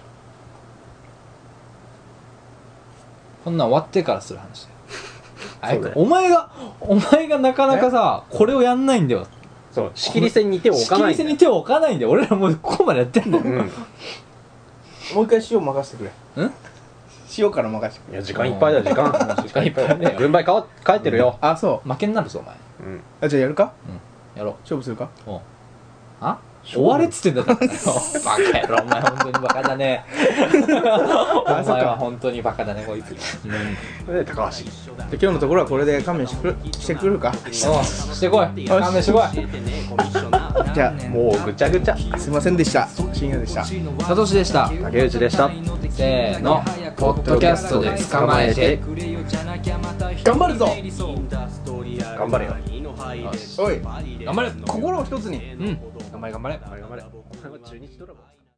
Speaker 2: こんなん終わってからする話 だよあ
Speaker 3: そうだよ
Speaker 2: お前がお前がなかなかさこれをやんないんだよ
Speaker 3: そう仕切り線に手を置
Speaker 2: 仕
Speaker 3: か
Speaker 2: 切
Speaker 3: な
Speaker 2: り
Speaker 3: いんだ
Speaker 2: 線
Speaker 3: よ
Speaker 2: に手を置かないんだよ俺らもうここまでやってんだよ
Speaker 3: うん
Speaker 1: もう一回塩任せてくれ
Speaker 2: ん
Speaker 1: 塩から任せてくれ
Speaker 3: いや時間いっぱいだよ時間
Speaker 2: 時間いっぱいだよ
Speaker 3: 軍配かわ帰ってるよ、
Speaker 1: あそ
Speaker 2: 負けになるぞお前
Speaker 3: うん
Speaker 1: あじゃあやるか
Speaker 2: やろ
Speaker 1: 勝負するか
Speaker 2: うおうあ終われっつってんだからバカやろお前本当にバカだ ねお前
Speaker 1: そっ
Speaker 2: は
Speaker 1: か
Speaker 2: 本当にバカだねこいつ、うん、
Speaker 3: それで高橋
Speaker 1: じゃあ今日のところはこれで勘弁してくるしてくるか
Speaker 2: おうしてこい
Speaker 1: よし
Speaker 2: 勘弁してこい
Speaker 1: じゃあも
Speaker 3: もうぐちゃぐちゃ
Speaker 1: うすいませんでした深夜でした
Speaker 2: サトシでした
Speaker 3: 竹内でした
Speaker 2: せーのポッドキャストで捕まえて
Speaker 1: 頑張るぞ
Speaker 3: 頑張れよ
Speaker 1: おい
Speaker 2: 頑張れ
Speaker 1: 心を一つに
Speaker 2: うん頑張れ頑張れ
Speaker 3: 頑張れお前は中日ドラゴンズ